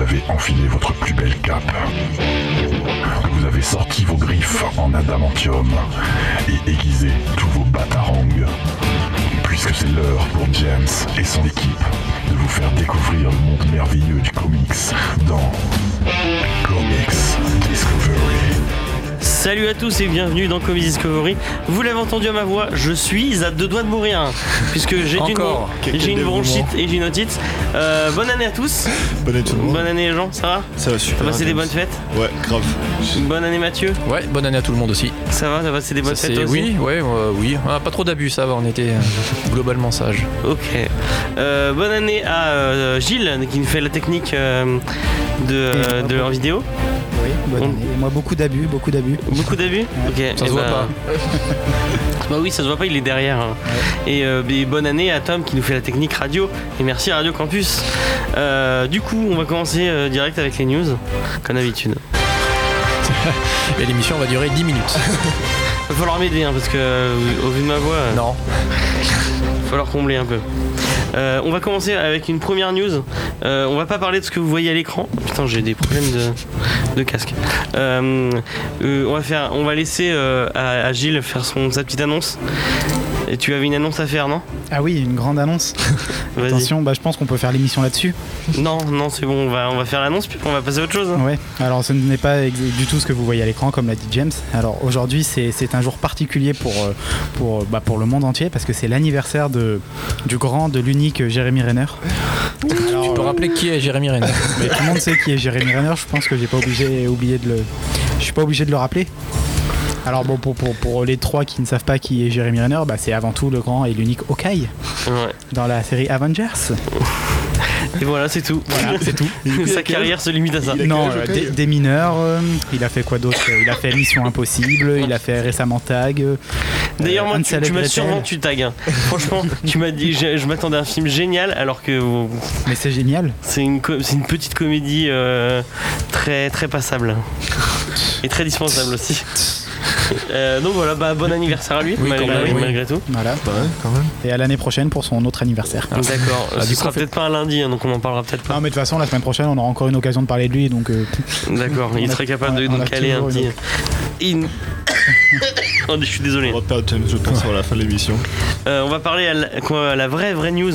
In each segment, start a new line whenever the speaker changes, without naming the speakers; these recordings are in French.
avez enfilé votre plus belle cape, que vous avez sorti vos griffes en adamantium et aiguisé tous vos batarangs, puisque c'est l'heure pour James et son équipe de vous faire découvrir le monde merveilleux du comics dans Comics Discovery.
Salut à tous et bienvenue dans Comics Discovery. Vous l'avez entendu à ma voix, je suis à deux doigts de mourir, hein, puisque j'ai une,
Encore.
j'ai
Quel
une
dévouement.
bronchite et j'ai une otite. Euh, bonne année à tous.
Bonne année tout le monde.
Bonne année les gens, ça va
Ça va super.
T'as passé des
James.
bonnes fêtes
Ouais, grave.
Bonne année Mathieu,
Ouais, bonne année à tout le monde aussi.
ça va T'as passé des bonnes
Ça,
fêtes
c'est-
toi aussi
oui, ouais, euh, oui. On a pas trop d'abus, ça va. On était euh, globalement sage.
Ok. Euh, bonne année à euh, Gilles qui nous fait la technique euh, de, euh,
Mm.
de en vidéo.
Oui, bonne
On-
année. Et moi, beaucoup d'abus, beaucoup d'abus.
Beaucoup d'abus Ok.
Ça
eh
se voit
ben,
pas.
Bah oui, ça se voit pas, il est derrière. hein. Et, euh, et bonne année à Tom qui nous fait la technique radio. Et merci à Radio Campus. Euh, du coup, on va commencer euh, direct avec les news, comme d'habitude.
Et l'émission va durer 10 minutes.
Va falloir m'aider hein, parce que euh, au vu de ma voix, euh,
non.
va falloir combler un peu. Euh, on va commencer avec une première news. Euh, on va pas parler de ce que vous voyez à l'écran. Putain, j'ai des problèmes de, de casque. Euh, euh, on va faire, on va laisser euh, à, à Gilles faire son, sa petite annonce. Et tu avais une annonce à faire, non
Ah oui, une grande annonce.
Vas-y.
Attention, bah, je pense qu'on peut faire l'émission là-dessus.
Non, non, c'est bon. On va, on va faire l'annonce puis on va passer à autre chose. hein.
Ouais. Alors, ce n'est pas ex- du tout ce que vous voyez à l'écran, comme l'a dit James. Alors, aujourd'hui, c'est c'est un jour particulier pour, euh, pour, bah, pour le monde entier parce que c'est l'anniversaire de- du grand, de l'unique Jérémy Renner. Alors,
Tu peux rappeler qui est Jérémy Renner
mais tout le monde sait qui est Jérémy Renner. Je pense que j'ai pas obligé, oublié de le, je suis pas obligé de le rappeler. Alors bon, pour, pour, pour les trois qui ne savent pas qui est Jérémy Renner, bah, c'est avant tout le grand et l'unique Hawkeye
Ouais.
dans la série Avengers.
Et voilà, c'est tout.
c'est tout.
Sa carrière se limite à ça.
Il a
Non,
quel âge,
euh,
Hawkeye
des, des mineurs. euh, il a fait quoi d'autre Il a fait Mission Impossible. Il a fait récemment Tag. euh,
D'ailleurs, moi, tu,
Hansel et
tu m'as
Gretel.
sûrement tu tag. hein. Franchement, tu m'as dit, je, je m'attendais à un film génial, alors que oh,
Mais c'est génial.
c'est une, co- c'est une petite comédie euh, très, très passable et très dispensable aussi. Euh, donc voilà, bah, bon anniversaire à lui,
Oui,
malgré,
quand même, oui.
malgré tout.
Voilà.
Bah ouais, quand même.
Et à l'année prochaine pour son autre anniversaire.
D'accord,
Ah,
ce
du coup,
sera
on fait-
peut-être pas un lundi, hein, donc on en parlera peut-être pas.
Non, mais de toute façon, la semaine prochaine, on aura encore une occasion de parler de lui. Donc, euh,
Ah.
D'accord, il
on a-
serait capable de
on a- on
nous
a
caler un
toujours
petit.
une
In- Oh, je suis désolé.
On va perdre James, je pense, à la fin de l'émission.
Euh, on va parler à la, quoi, à la vraie vraie news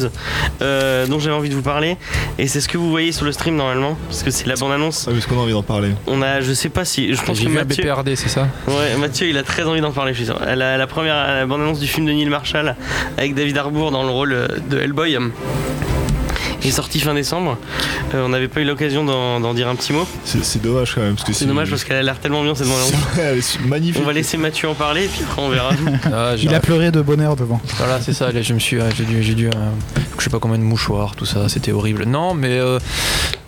euh, dont j'avais envie de vous parler et c'est ce que vous voyez sur le stream normalement parce que c'est la bande annonce.
Ah, mais est-ce qu'on a envie d'en parler
On a, je sais pas si, je pense que
J'ai vu un
Mathieu,
BPRD, c'est ça
ouais, Mathieu, il a très envie d'en parler. Je suis sûr. La, la première la bande annonce du film de Neil Marshall avec David Harbour dans le rôle euh, de Hellboy euh, est sortie fin décembre. Euh, on n'avait pas eu l'occasion d'en d'en dire un petit mot.
C'est c'est dommage quand même. parce que
C'est dommage parce qu'elle a l'air tellement bien cette bande annonce.
C'est- Elle est magnifique.
On va laisser Mathieu en parler et puis après on verra.
Euh.
Ah, j'ai-
il a pleuré de bonheur devant.
Voilà, c'est ça. là, je me suis, ouais, j'ai dû, j'ai dû, euh, je sais pas combien de mouchoirs, tout ça. C'était horrible. Non, mais euh,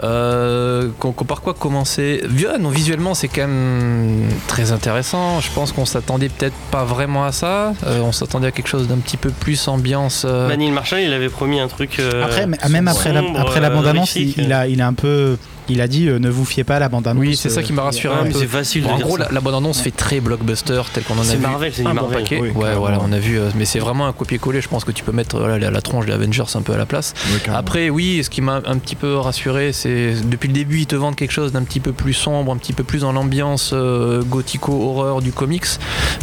euh, qu'on- qu'on- par quoi commencer Vi- ah, Non, visuellement, c'est quand même très intéressant. Je pense qu'on s'attendait peut-être pas vraiment à ça. Euh, on s'attendait à quelque chose d'un petit peu plus ambiance. euh,
Bah, Neil Marshall, il avait promis un truc. euh,
Après, mais- ah, même après la,
sombre,
après la
euh,
bande-annonce, il,
horrifique.
il a, il a un peu. Il a dit euh, ne vous fiez pas à la bande-annonce.
Oui, c'est ça
euh,
qui m'a rassuré
Ouais,
un
mais
peu.
c'est facile
Bon,
de
en
dire
gros,
ça.
la, la bande-annonce fait très blockbuster, tel qu'on en a
C'est
vu
Marvel, c'est du
un bon
Marvel.
paquet.
Oui,
ouais,
clairement.
voilà, on a vu. euh, Mais c'est vraiment un copier-coller. Je pense que tu peux mettre euh, la, la tronche des Avengers un peu à la place.
Ouais, carrément.
Après, oui, ce qui m'a un petit peu rassuré, c'est depuis le début, ils te vendent quelque chose d'un petit peu plus sombre, un petit peu plus dans l'ambiance euh, gothico-horreur du comics,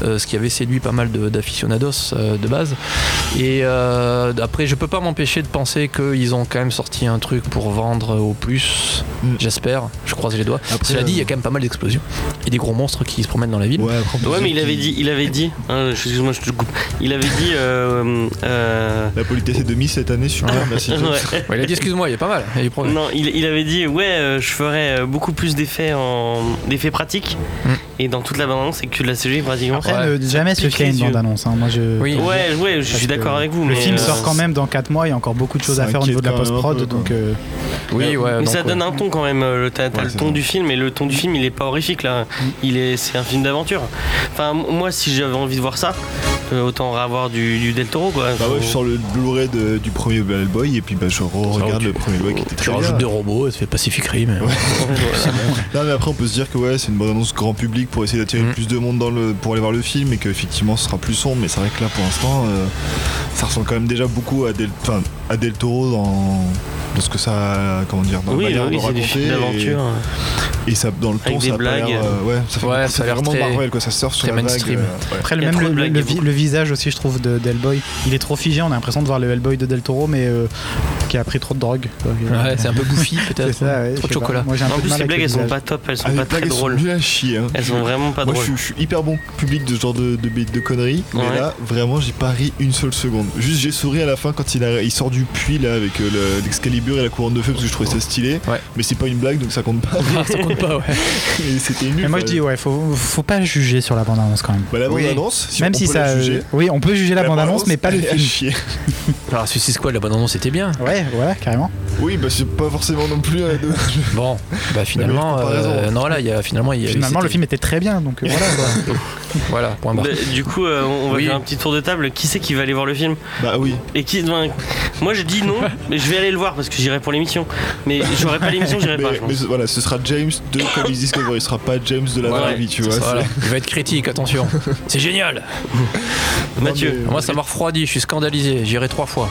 euh, ce qui avait séduit pas mal de- d'aficionados euh, de base. Et euh, après, je peux pas m'empêcher de penser qu'ils ont quand même sorti un truc pour vendre au plus.
Mm.
J'espère, je croise les doigts.
Après,
Cela dit, il y a
euh,
quand même pas mal d'explosions et des gros monstres qui se promènent dans la ville.
Ouais, après, on peut
Ouais,
dire
mais il
qu'il-
avait dit, il avait dit, hein, excuse-moi, je te coupe. Il avait dit, euh, euh,
La politesse est demi cette année, bah, super, merci. James.
ouais.
Ouais, il a dit excuse-moi, il y a pas mal, il y a des
Mm.
problèmes.
non, il, il avait dit, ouais, euh, je ferais euh, beaucoup plus d'effets en d'effets pratiques.
Mm.
Et dans toute la bande c'est que de la CG pratiquement.
Après,
Ouais.
ne jamais se
pique
fier à
les
une
yeux.
bande-annonce. hein. Moi, je.
Oui.
ouais, ouais, je suis
Parce
d'accord
que
avec vous.
Le
mais,
film
euh,
sort quand même dans 4 mois, il y a encore beaucoup de choses
Ça
à faire au niveau de la
inquiète quand même un
post-prod,
peu, quoi.
donc euh,
Oui, ouais.
Mais
donc,
ça
ouais.
donne un ton quand même. euh, le- T'as t'as
Ouais,
le
c'est
ton
vrai.
du film et le ton du film, il est pas horrifique là. Il est, c'est un film d'aventure. Enfin, m- moi, si j'avais envie de voir ça, euh, autant avoir du, du Del Toro quoi.
Bah ouais,
Faut-
je sors le Blu-ray de- du premier Bellboy et puis bah je
Alors,
regarde
tu-
le premier Bellboy qui était
Tu
très bien.
rajoutes des robots, ça fait Pacific Rim.
Non mais après on peut se dire que ouais c'est une bonne annonce grand public pour essayer d'attirer
Mm.
Mhm.
plus de monde dans le pour aller voir le film et qu'effectivement ce sera plus sombre mais c'est vrai que là pour l'instant euh, ça ressemble quand même déjà beaucoup à Del, enfin, à Del Toro dans dans ce que ça, comment dire, dans la
oui,
manière de
oui, c'est
raconter,
des films
et-
d'aventure.
Et ça, dans le
Avec
ton,
des
ça a pas l'air,
blagues.
euh, ouais, ça fait,
Ouais, ça a
ça fait
l'air
vraiment
très-
Marvel, quoi. Ça sort sur
très
la vague.
mainstream.
euh, ouais.
Après,
Il y a
le, même,
trop de
le,
blagues,
le-
il y a beaucoup.
le visage aussi, je trouve, de d'Hellboy, il est trop figé. On a l'impression de voir le Hellboy de Del Toro, mais euh, qui a pris trop de drogue. quoi.
Ouais, c'est un peu bouffi
C'est
peut-être.
ça, ouais, je sais
Trop
pas.
de chocolat.
Moi, j'ai un
En
peu de
plus,
mal
les
avec
blagues,
le
elles sont
visage.
pas top, elles sont
Ah, les
pas
blagues,
très
elles sont
drôles.
nulles à chier. hein.
Elles sont vraiment pas
Moi, je
drôles.
suis, je suis hyper bon public de ce genre de, de, bê- de conneries,
Ouais.
mais là, vraiment, j'y parie une seule seconde. Juste, j'ai souri à la fin quand il, a- il sort du puits, là, avec euh, le- l'Excalibur et la couronne de feu, parce que je trouvais ça stylé.
Ouais.
Mais c'est pas une blague, donc ça compte pas.
Ah, ça compte pas, ouais.
Et C'était nul.
Mais moi, je
euh.
dis, ouais, faut, faut pas juger sur la bande-annonce quand même.
Bah, la
Oui.
bande-annonce, si
même
on
si
peut
ça.
la
euh,
juger,
oui, on peut juger la, bande-annonce, mais pas le
elle est à
film.
chier.
Alors, Suicide Squad, la bonne annonce c'était bien.
Ouais, voilà, carrément.
Oui, bah, c'est pas forcément non plus. euh, de-
Bon, bah finalement,
meilleure comparaison.
euh, non, là, il y a finalement, il y a
hein. Finalement, le
c'était-
film était très bien, donc euh, voilà. quoi.
Voilà, point barre.
Bah, du coup, euh, on va
Oui.
faire un petit tour de table. Qui c'est qui va aller voir le film
Bah oui.
Et qui ben, Moi, je dis non, mais je vais aller le voir parce que j'irai pour l'émission. Mais j'aurai pas l'émission, j'irai
Mais,
pas. Je
mais
pense.
ce- voilà, ce sera James de Comedy Discovery, il sera pas James de la
Ouais,
vraie vie, tu vois.
Voilà. Il va être critique, attention. C'est génial.
Mathieu,
Moi, ça m'a refroidi, je suis scandalisé. J'irai trois fois.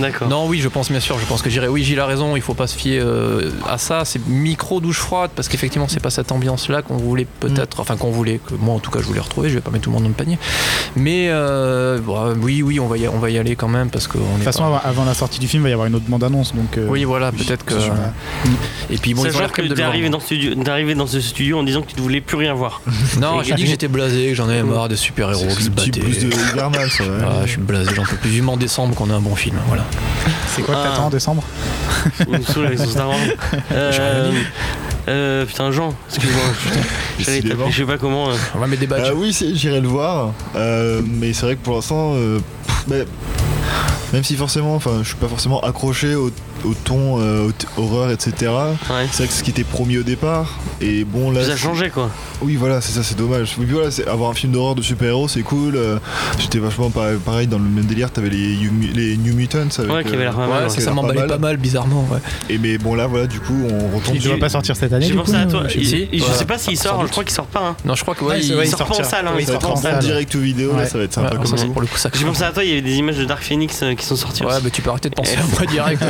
d'accord.
Non, oui, je pense bien sûr. Je pense que j'irai. Oui, Gilles a raison. Il faut pas se fier euh, à ça. C'est micro douche froide parce qu'effectivement, c'est pas cette ambiance-là qu'on voulait
Mm.
peut-être. Enfin, qu'on voulait. Que moi, en tout cas, je voulais retrouver. Je vais pas mettre tout le monde dans le panier. Mais euh, bah, oui, oui, on va y, on va y aller quand même parce qu'on
De
est.
toute façon,
pas-
avant, avant la sortie du film, il va y avoir une autre bande-annonce, donc. euh,
Oui, voilà, peut-être que.
c'est sûr.
Et puis bon, ils ont
Sachant
l'air quand
que
même de
t'es
le
arrivé,
vendre.
dans ce studio- t'es arrivé dans ce studio en disant que tu ne voulais plus rien voir.
Non, j'ai dit que j'étais blasé, que j'en avais marre des
C'est
super-héros qui se
le petit
battaient.
blues de hivernal, ça, ouais.
Ah, je suis blasé, j'en peux plus. Vivement décembre qu'on a un bon film, voilà.
C'est quoi que
Ah.
t'attends en décembre
Il me saoule avec son Star Wars. Euh, euh, putain, Jean, excuse-moi. je- J'allais
Décidément.
taper, je sais pas comment. euh.
On va mettre des badges.
Ah oui, c'est- j'irai le voir, euh, mais c'est vrai que pour l'instant, euh, pff, bah, même si forcément, enfin, je suis pas forcément accroché au, au ton euh, au t- horreur, etc.
Ouais.
C'est vrai que ce qui était promis au départ, et bon là,
Ça a
c'est-
changé quoi.
oui voilà, c'est ça, c'est dommage. Oui, puis voilà, c'est- avoir un film d'horreur de super-héros, c'est cool. euh, J'étais vachement pa- pareil dans le même délire. T'avais les, Yu- les New Mutants, avec, euh,
Ouais, qui avait l'air pas mal.
Ouais,
ouais.
ça,
c'est
ça
pas
m'emballait
mal.
pas mal, bizarrement. Ouais.
Et mais bon là, voilà, du coup, on retombe
Il
sur
doit pas sortir cette année.
J'ai
du
pensé
coup,
à
euh,
toi.
je sais
Il-
pas.
il- Je
Ouais.
sais pas s'il
Sans
sort,
doute.
je crois qu'il sort pas. hein.
Non, je crois que ouais,
Ouais,
il-
c'est vrai,
ouais,
il
sort pas en
sortira.
salle, hein,
Ouais,
il
il
Ça va être
sortira
en
en
salle
salle.
direct ou vidéo, là,
Ouais.
ça va être sympa
ouais,
comme
ça,
tout.
c'est pour le coup ça que
J'ai
je
pensé à toi, il y avait des images de Dark Phoenix euh, qui sont sorties.
pense. Ouais,
aussi.
mais tu peux arrêter de penser à moi direct.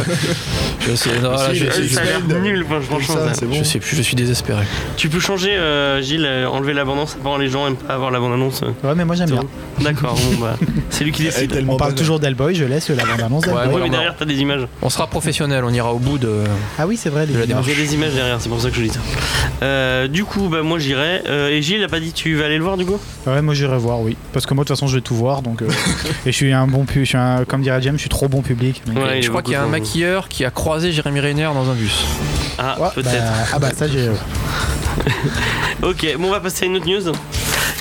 je sais, non, là,
Si,
je,
Euh,
mais-
je-
ça a l'air
Suspend.
nul, enfin,
Comme
franchement.
ça,
ça-
c'est bon.
je sais plus, je suis désespéré.
Tu peux changer, euh, Gilles, euh, enlever l'abondance. Avant, les gens aiment pas avoir la bande-annonce. euh.
Ouais, mais moi j'aime Ah, bien.
D'accord, bon bah, c'est lui qui
Elle est
décide.
tellement
On parle
bonne.
toujours d'Hellboy, je laisse la bande-annonce
Ouais,
d'Hellboy.
Ouais,
on
mais
en-
derrière, t'as des images.
On sera professionnel, on ira au bout de.
Ah oui, c'est vrai, les
De la
images.
J'ai des images derrière, c'est pour ça que je dis ça. Euh, du coup, bah, moi j'irai. Euh, et Gilles a pas dit tu vas aller le voir du coup
Ouais, moi j'irai voir, oui. Parce que moi, de toute façon, je vais tout voir. Donc, euh, et je suis un bon public. Comme dirait James, je suis trop bon public. donc,
Ouais, il est
je crois
beaucoup
qu'il y a un
trop-
maquilleur qui a croisé Jérémy Rayner dans un bus.
Ah,
Ouais,
peut-être.
bah, ah bah ça j'ai
bah.
Ok, bon, on va passer à une autre news.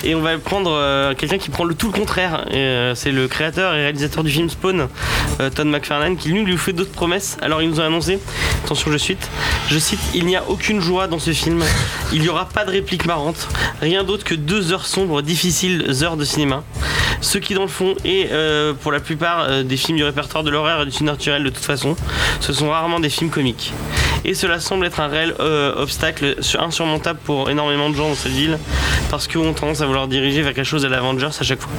Et on va prendre euh, quelqu'un qui prend le tout le contraire. Et, euh, c'est le créateur et réalisateur du film Spawn, euh, Todd McFarlane, qui lui lui fait d'autres promesses. Alors il nous a annoncé, attention, je cite, je cite, il n'y a aucune joie dans ce film. Il n'y aura pas de réplique marrante, rien d'autre que deux heures sombres, difficiles heures de cinéma. Ce qui dans le fond est euh, pour la plupart euh, des films du répertoire de l'horreur et du surnaturel de toute façon. Ce sont rarement des films comiques. Et cela semble être un réel euh, obstacle sur- insurmontable pour énormément de gens dans cette ville, parce qu'on tendance à vouloir diriger vers quelque chose à l'Avengers à chaque fois.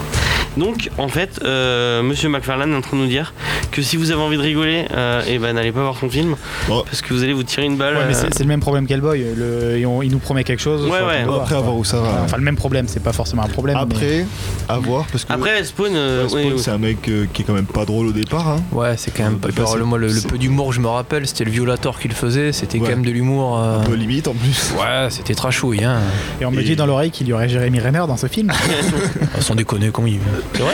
Donc, en fait, euh, Monsieur McFarlane est en train de nous dire que si vous avez envie de rigoler, et ben n'allez pas voir son film,
Oh.
parce que vous allez vous tirer une balle.
Ouais, mais c'est
euh,
c'est le même problème qu'Hellboy. Le- et on- Il nous promet quelque chose.
Ouais,
faut
ouais.
attendre de
Après, à voir où ça va.
Enfin, le même problème, c'est pas forcément un problème. mais-
Après, à voir, parce que
Après, Spawn, euh,
Spawn,
oui, oui.
c'est un mec euh, qui est quand même pas drôle au départ. hein.
Ouais, c'est quand même pas.
Bah, c'est-
alors, Euh, le- moi, le, le
c'est-
peu d'humour, je me rappelle, c'était le violator qu'il faisait. C'était
Ouais.
quand même de l'humour. euh,
Un peu limite en plus.
Ouais, c'était trashouille, hein.
Et on me
Et-
dit dans l'oreille qu'il y aurait Jérémy Renner dans ce film.
Ah, Sans déconner, comment il. C'est vrai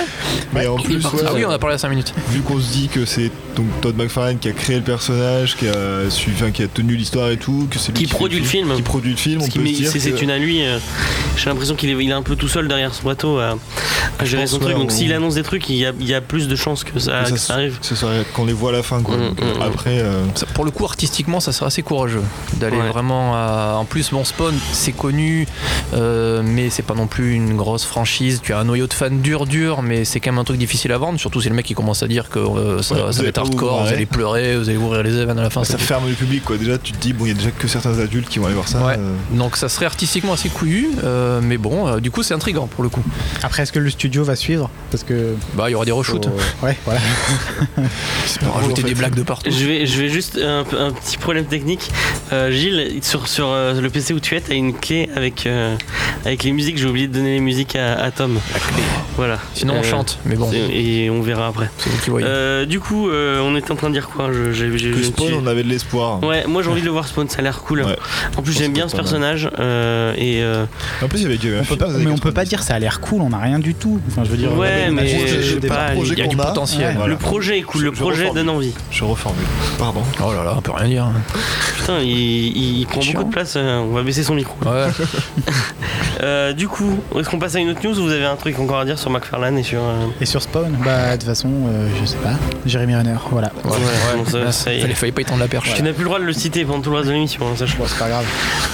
Mais en plus, ouais,
Ah oui, on a parlé à 5 minutes.
vu qu'on se dit que c'est donc Todd McFarlane qui a créé le personnage, qui a, suivi, enfin, qui a tenu l'histoire et tout, que c'est lui
Qui
qui, fait
produit le film.
qui produit le film,
Parce
on
qu'il
peut se
met-
dire
c'est
que-
c'est une à lui. euh, J'ai l'impression qu'il est, il est un peu tout seul derrière son bateau à, à gérer
pense,
son truc.
ouais,
Donc
on-
s'il annonce des trucs, il y a, il y a plus de chances que ça,
que
que
se-
ça arrive.
que ce soit qu'on les voit à la fin quoi.
Mm,
Donc, euh,
mm, mm.
après, euh,
Ça, pour le coup, artistiquement, ça serait assez courageux d'aller
Ouais.
vraiment à. En plus, bon, Spawn, c'est connu, euh, mais c'est pas non plus une grosse franchise. Tu as un noyau de fans dur, dur, mais c'est quand même un truc difficile à vendre. Surtout si le mec il commence à dire que euh, ça,
Ouais,
ça
vous
va
allez
être
pas vous
hardcore, vous
marrer.
allez pleurer, vous allez ouvrir les veines à la fin.
ça
c'est-
ferme le public quoi. Déjà tu te dis bon il y a déjà que certains adultes qui vont aller voir ça.
Ouais.
euh,
Donc ça serait artistiquement assez couillu, euh, mais bon, euh, du coup c'est intriguant pour le coup.
Après, est-ce que le studio va suivre Parce que.
Bah il y aura des reshoots.
Oh.
faut- Ouais, voilà.
c'est
On
pas
va
drôle,
rajouter
en fait.
des blagues de partout.
Je vais, je vais juste un, p- un petit problème technique. Euh, Gilles, sur, sur euh, le PC où tu es, t'as une clé avec, euh, avec les musiques. J'ai oublié de donner les musiques à, à Tom. Voilà.
Sinon on
Euh,
chante, mais bon, c'est
Et et on verra après.
vous qui voyez.
Euh, du coup, euh, on était en train de dire quoi Je- j'ai- j'ai-
Que
j'ai-
Spawn, on avait de l'espoir.
Ouais, moi j'ai envie de le voir Spawn, ça a l'air cool.
Ouais.
En plus,
Je pense
j'aime
que
bien
c'est
ce
pas mal.
personnage. euh, et euh,
En plus il y avait
On peut pas- mais on peut pas dire ça a l'air cool, on n'a rien du tout. Enfin, je veux dire.
Ouais,
on a- on a
mais
juste
je
le
sais
débat.
pas,
Il y a du potentiel.
Voilà.
le projet est cool,
Je-
le
je
projet
reformule.
donne envie.
Je reformule. Pardon.
Oh là là, on peut rien dire.
Putain, il, il- il prend
Chiant.
beaucoup de place. euh, on va baisser son micro.
Ouais.
Euh, du coup, est-ce qu'on passe à une autre news ou vous avez un truc encore à dire sur McFarlane et sur. euh,
Et sur Spawn Bah, de toute façon, euh, je sais pas. Jérémy Renner, voilà.
Ouais,
Ouais,
ouais.
bon, ça-
Là,
euh, ça y est.
fallait, fallait pas étendre la perche.
Tu n'as plus le droit de le citer pendant tout le reste de l'émission, hein, sache-le.
Bon, c'est pas grave.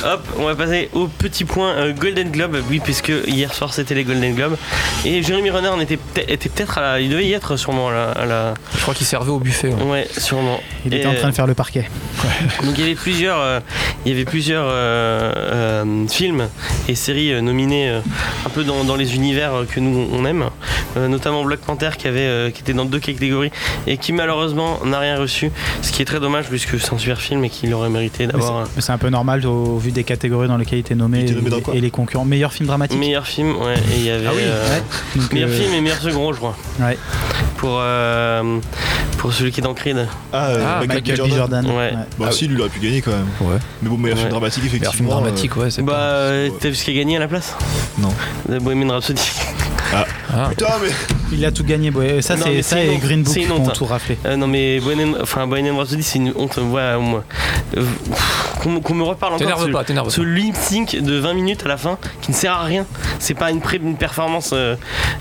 Hop, on va passer au petit point euh, Golden Globe, oui, puisque hier soir c'était les Golden Globes. Et Jeremy Renner en était peut- était peut-être à la. Il devait y être sûrement à la- à la
Je crois qu'il servait au buffet. ouais.
Ouais, sûrement.
Il était
Et,
en train de faire le parquet.
Donc il y avait plusieurs, euh, il y avait plusieurs euh, euh, films et séries euh, nominés euh, un peu dans, dans les univers euh, que nous on aime, Euh, notamment Black Panther qui avait, euh, qui était dans deux catégories et qui malheureusement n'a rien reçu, ce qui est très dommage puisque c'est un super film et qu'il aurait mérité
Mais
d'avoir
c'est- mais c'est un peu normal au vu des catégories dans lesquelles il était nommé,
Il était nommé dans
et-
quoi
et les concurrents. Meilleur film
un
dramatique. Ah
meilleur film. Ouais, et il y avait euh,
Ouais. Donc,
meilleur
euh,
film et meilleur second, je crois.
Ouais.
Pour euh, pour celui qui est dans Creed.
Ah, euh,
Ah,
Michael B.
Michael B.
Jordan.
Jordan.
Ouais.
Bah
Ah
si, lui il aurait pu gagner quand même.
Ouais.
Mais bon, meilleur
Ouais.
film dramatique,
Meilleur film
effectivement. euh,
dramatique, ouais, c'est
Bah,
pas.
euh, t'as vu ce qui a gagné à la place
Non.
The Bohemian Rhapsody.
Ah.
Putain, mais
Il a tout gagné. ouais. Ça,
Non,
c'est
mais
ça
c'est une
et
honte.
Green Book
C'est une
qui ont
honte, hein.
tout raflé.
Euh, non mais Bohemian, enfin Bohemian Rhapsody c'est une honte, voilà, au moins. Euh, pff, qu'on, qu'on me reparle encore
T'énerve
de
pas, t'énerve
ce, ce
pas.
lip sync de 20 minutes à la fin qui ne sert à rien. C'est pas une, pré- une performance, euh,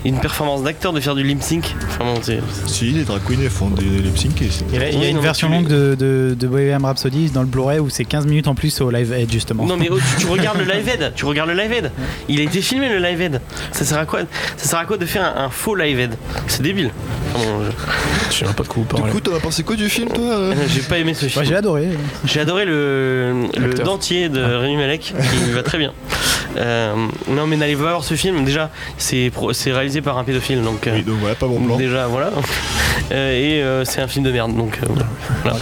une performance d'acteur de faire du lip sync. Enfin bon, c'est-
Si, les drag queens elles font des lip sync et c'est.
Il y a, il y
Oui,
a
non,
une
mais
version
tu-
longue de, de, de Bohemian Rhapsody dans le Blu-ray où c'est 15 minutes en plus au live aid justement.
Non mais oh, tu, tu regardes le live aid, tu regardes le live aid. Il a été filmé le live aid. Ça sert à quoi Ça sert à quoi de faire un, un faux live aid C'est débile. Enfin bon, je-
Je sais même pas de quoi vous
Du
parlez.
coup, t'en as pensé quoi du film toi euh
euh, j'ai pas aimé ce
Ouais,
film.
j'ai adoré.
J'ai adoré le, le
L'acteur.
dentier de Rémi Malek, qui va très bien. Euh, non, mais n'allez pas voir ce film. Déjà, c'est pro- c'est réalisé par un pédophile, donc. euh,
Oui, donc voilà, pas bon plan.
Déjà, voilà. Euh, et euh, c'est un film de merde, donc. euh, voilà.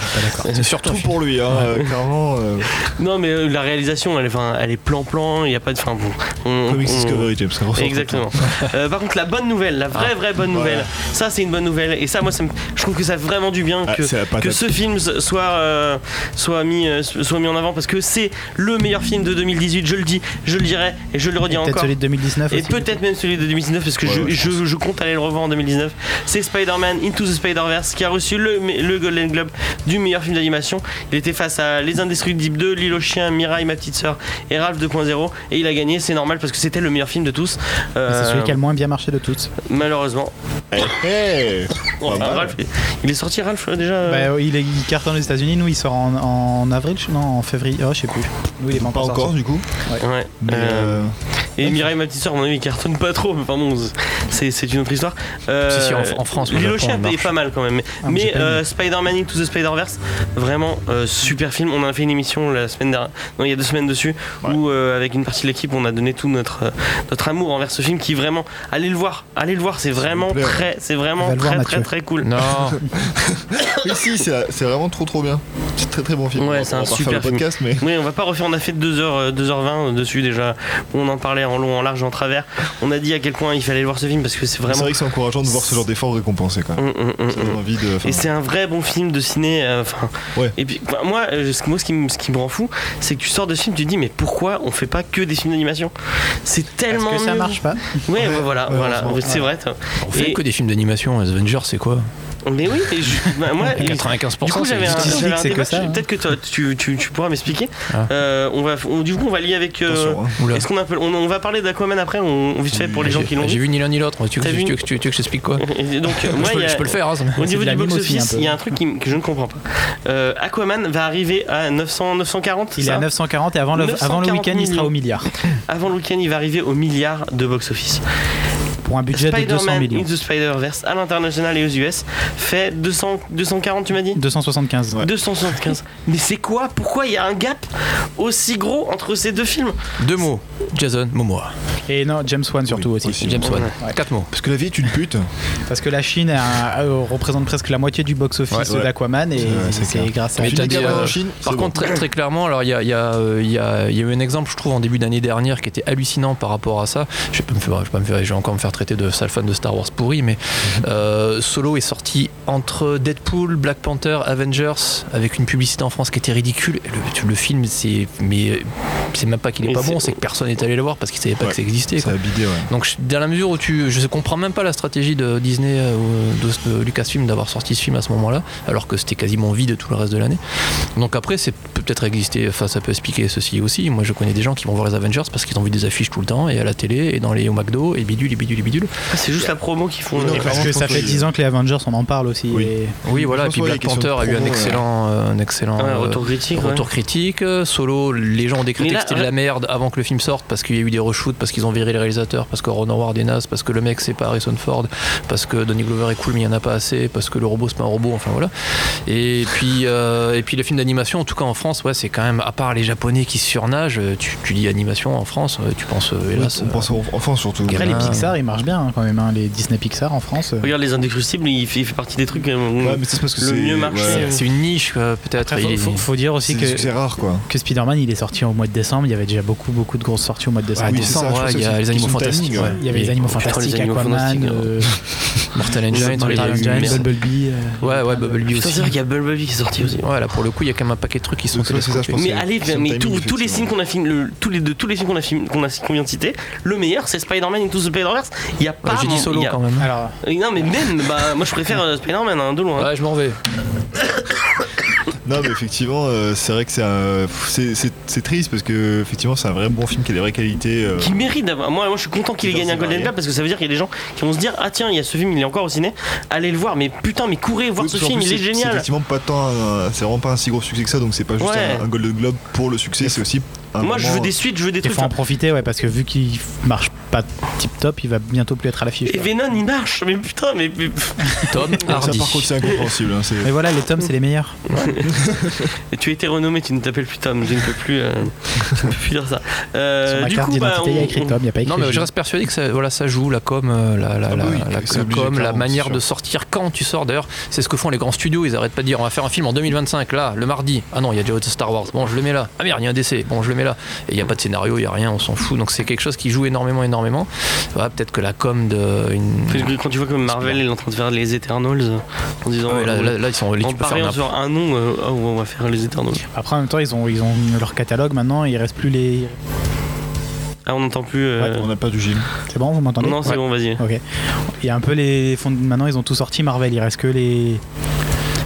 Euh,
C'est surtout.
Tout pour lui, hein, euh, clairement. euh,
Non, mais euh, la réalisation, elle, est- enfin, elle est plan-plan. Il n'y a pas de. Enfin, bon. on-
Comics
on-
Discovery, James. ça ressemble
Exactement. Euh, par contre, la bonne nouvelle, la vraie vraie bonne nouvelle,
Ah. Voilà.
ça c'est une bonne nouvelle. Et ça, moi, ça me- je trouve que ça a vraiment du bien
Ah,
que,
c'est la patate.
que ce film soit, euh, soit, mis, euh, soit mis en avant parce que c'est le meilleur film de 2018. Je le dis, je le dirai et je le redis
Peut-être
encore.
celui de 2019.
Et
aussi.
peut-être même celui de 2019 parce que
Ouais,
je,
ouais, je
je- je compte aller le revoir en 2019. C'est Spider-Man Into the Spider-Verse qui a reçu le, le Golden Globe du meilleur film d'animation. Il était face à Les Indestructibles 2, L'île aux chiens, Mirai, ma petite sœur et Ralph 2.0 et il a gagné. C'est normal parce que c'était le meilleur film de tous. Euh,
C'est celui qui a le moins bien marché de toutes.
Malheureusement.
Hey, hey
Enfin,
Eh, mal.
Ralph, il est sorti Ralph euh, déjà. euh,
Bah, il, est, il cartonne aux États-Unis, nous il sort en, en avril, je- non en février, oh, je sais plus. Nous il est
Pas encore du coup.
ouais.
Mais
Euh,
euh,
Et Mireille, ma petite soeur, à mon avis, il cartonne pas trop, mais enfin bon, c'est c'est une autre histoire. Euh,
Si, si, en- en France, au
Lilo
Japon,
Chien
on marche.
est pas mal quand même. Mais,
Ah, mais j'ai
mais,
pas
euh, Spider-Man Into the Spider-Verse, vraiment euh, super film. On a fait une émission la semaine dernière, non, il y a deux semaines dessus, où euh, avec une partie de l'équipe, on a donné tout notre, euh, notre amour envers ce film qui vraiment. Allez le voir, allez le voir, c'est vraiment
plaît, ouais.
très, c'est
Va
vraiment
le voir,
très, très,
Mathieu.
très cool.
Non,
Oui, si, c'est c'est vraiment trop trop bien. C'est un très très bon film.
Ouais,
On va-
c'est
on
un
va pas refaire
super
le podcast, mais.
Oui, on va pas refaire, on a fait euh, 2h, 2h20 dessus déjà. On en parlait en long, en large, en travers. On a dit à quel point il fallait voir ce film parce que c'est
C'est
vraiment.
vrai que c'est encourageant de voir ce genre d'effort récompensé quand même.
Hum, hum, hum,
Ça
hum.
donne envie de. enfin,
Et c'est un vrai bon film de ciné. euh, enfin,
Ouais.
Et puis enfin, moi, euh, ce, moi, ce qui, me- ce qui me rend fou, c'est que tu sors de ce film, tu te dis mais pourquoi on fait pas que des films d'animation C'est
Parce
tellement
que ça
mieux.
marche pas.
Ouais, ouais, voilà,
ouais,
voilà,
franchement,
c'est vrai. t'as-
on fait
Et-
que des films d'animation. Les Avengers, c'est quoi
Mais oui, mais je- bah, moi, et-
95%.
du coup,
c'est
j'avais un,
existant.
justifié
j'avais un
que c'est
débat.
que ça, hein.
Peut-être que toi, tu, tu, tu pourras m'expliquer.
Ah.
Euh, on va, on- du coup, on va lier avec. euh,
attention, hein.
Oula.
Est-ce qu'on appelle- on, on va parler d'Aquaman après, on, on vite fait pour les gens
J'ai-
qui l'ont
J'ai
vu.
vu ni l'un ni l'autre. Tu, veux
T'as
que-
vu
tu veux que- tu veux que je t'explique quoi
Et Donc, euh, moi,
je, peux,
il y a-
je peux le faire. hein, ça-
Au
C'est
niveau
de la
du
mime aussi,
box-office,
un peu.
il y a un truc qui- que je ne comprends pas. Euh, Aquaman va arriver à 900-940.
Il est à 940 et avant le, avant le
940
week-end il sera au milliard.
Avant le week-end, il va arriver au milliard de box-office.
pour un budget de 200
Spider-Man
millions.
Into the Spider-Verse à l'international et aux US fait 200, 240, tu m'as dit
275.
275. Mais c'est quoi Pourquoi il y a un gap aussi gros entre ces deux films
Deux mots. Jason Momoa.
Et non, James Wan surtout aussi.
aussi.
James Wan.
Ouais.
Quatre mots.
Parce que la vie est une pute.
Parce que la Chine a- euh, représente presque la moitié du box-office
Ouais, ouais.
d'Aquaman et
Ouais, c'est
c'est
clair.
grâce à
Mais
Tu
t'as
dis
dit,
qu'il y a pas
euh,
en Chine,
Par
c'est bon.
contre, très, très clairement, alors il y a, il y a, euh, il y a- il y a eu un exemple, je trouve, en début d'année dernière, qui était hallucinant par rapport à ça. Je vais pas me faire, je vais pas me faire, je vais encore me faire traiter de sale fan de Star Wars pourri, mais euh, Solo est sorti entre Deadpool, Black Panther, Avengers, avec une publicité en France qui était ridicule. Et le, le film, c'est, mais euh, c'est même pas qu'il est
Et
pas
c'est-
bon, c'est que personne n'est allé le voir parce qu'il savait pas
Ouais.
que ça existait.
Ça
quoi.
a bidé, ouais.
Donc je- dans la mesure où tu, je comprends même pas la stratégie de Disney euh, ou de, de Lucasfilm d'avoir sorti ce film à ce moment-là, alors que c'était quasiment vide tout le reste de l'année. Donc après, c'est peut peut-être exister, enfin ça peut expliquer ceci aussi. Moi, je connais des gens qui vont voir les Avengers parce qu'ils ont vu des affiches tout le temps et à la télé et dans les au McDo et bidule et bidule et bidule.
Ah, C'est juste la promo qu'ils font. euh,
Oui, non,
Et
Parce
Par
que
contre,
ça
je
fait
pense que-
10 ans que les Avengers, on en parle aussi.
Oui.
et-
Oui, voilà. Et puis
François,
Black
les questions
Panther
de
a eu un
promo,
excellent, euh, un excellent.
Ouais,
euh,
Ah, retour critique. ouais.
Retour critique, euh, solo, les gens ont décrété
Mais là,
que c'était de la merde avant que le film sorte parce qu'il y a eu des reshoots, parce qu'ils ont viré les réalisateurs, parce que Ron Howard est naze, parce que le mec c'est pas Harrison Ford, parce que Donny Glover est cool mais il y en a pas assez, parce que le robot c'est pas un robot, enfin voilà. Et puis, euh, et puis les films d'animation, en tout cas en France, ouais, c'est quand même, à part les japonais qui surnagent, euh, tu, tu dis animation en France, euh, tu penses, euh, hélas.
on
euh,
pense aux enfants surtout.
Après, les
Gamin.
Pixar, ils marchent bien hein, quand même. hein, Les Disney Pixar en France. euh.
Regarde les Indécrucibles, il fait, il fait partie des trucs. euh,
Ouais, mais c'est parce que
Le
c'est-
mieux marché,
ouais.
c'est une niche euh, peut-être.
Après,
Il est-
faut, faut- faut dire aussi
C'est
que,
c'est rare quoi.
que Spider-Man, il est sorti au mois de décembre. Il y avait déjà beaucoup, beaucoup de grosses sorties au mois de
Ah,
décembre.
oui, c'est
décembre,
ça, je
ouais,
pense
il y
que
a
c'est
les
une
animaux
question de
fantastiques.
timing,
ouais.
ouais.
Il y avait les animaux
putain, les
fantastiques,
animaux
Aquaman,
fantastiques,
euh,
Mortal
Mortal
Engine, il y a eu
Marvel
Engine,
une
Giants,
merde.
Bumblebee. euh,
Ouais, ouais, Bumblebee
Putain, c'est
aussi.
vrai qu'il y a Bumblebee qui est sorti aussi.
Ouais, là pour le coup, il y a quand même un paquet de trucs qui sont
Donc, c'est ça, je pense.
Mais
que c'est
allez, mais,
une question de timing,
tous- tous les
effectivement.
films qu'on a film, le- tous les deux, tous les films qu'on a film, qu'on a qu'on vient de citer, le meilleur c'est Spider-Man et tout Spider-Verse. Il y a pas.
Ouais, Ah, J'ai
mon-
dit solo
il y a-
quand même.
Alors,
Euh, Non mais même, bah moi je préfère euh, Spider-Man hein, de loin.
Ouais, je m'en vais.
Non, mais effectivement, euh, c'est vrai que c'est un- pff, c'est- c'est c'est triste parce que effectivement, c'est un vrai bon film qui a des vraies qualités. euh,
Qui mérite d'avoir. Moi, moi, je suis content qu'il ait
Diverses
gagné un
et
Golden
variées.
Globe parce que ça veut dire qu'il y a des gens qui vont se dire Ah, tiens, il y a ce film, il est encore au ciné. Allez le voir, mais putain, mais courez voir
oui,
ce
parce qu'en
film,
plus,
il est
c'est- C'est
génial.
effectivement pas tant, un- c'est vraiment pas un si gros succès que ça, donc c'est pas juste
Ouais.
un, un Golden Globe pour le succès, c'est aussi. un
Moi, je
moment,
veux des suites, je veux des
il
trucs.
faut en profiter, ouais, parce que vu qu'il f- marche pas tip top, il va bientôt plus être à l'affiche.
Et
quoi.
Venom, il marche, mais putain, mais. mais-
Tom
euh, Ça,
Hardy.
par contre, c'est incompréhensible. hein, c'est-
Mais voilà, les tomes, c'est les meilleurs.
Et tu as été renommé, tu ne t'appelles plus Tom, je ne peux plus, euh, je ne peux plus dire ça. Euh,
Sur ma
du
carte
coup, bah,
d'identité, il y a écrit
on-
Tom, il n'y a pas écrit.
Non, mais je
Gilles.
reste persuadé que ça, voilà, ça joue la com, euh, la, la,
Ah bah
la-
oui,
la-
c'est
la
obligé,
com, la
clairement,
manière
c'est
de
sûr.
sortir quand tu sors. D'ailleurs, c'est ce que font les grands studios. Ils arrêtent pas de dire on va faire un film en 2025, là, le mardi. Ah non, il y a déjà Star Wars. Bon, je le mets là. Ah merde, il y a un décès. Bon, je le mets là. Et il n'y a pas de scénario, il n'y a rien, on s'en fout. Donc c'est quelque chose qui joue énormément, énormément. Voilà, peut-être que la com de. Une...
Parce que Quand tu vois que Marvel il est en train de faire les Eternals euh, en disant.
Ouais, là,
euh,
là- là, ils sont. tu
en
peux faire
pariant sur un nom, euh, Ah, ouais, on va faire les Eternals.
Après, en même temps, ils ont, ils ont leur catalogue maintenant, il reste plus les.
Ah, on n'entend plus. euh,
On a pas du Gilles.
C'est bon, vous m'entendez
non, c'est
Ouais.
bon, vas-y.
Ok. Il y a un peu les fonds. de- Maintenant, ils ont tout sorti Marvel. Il reste que les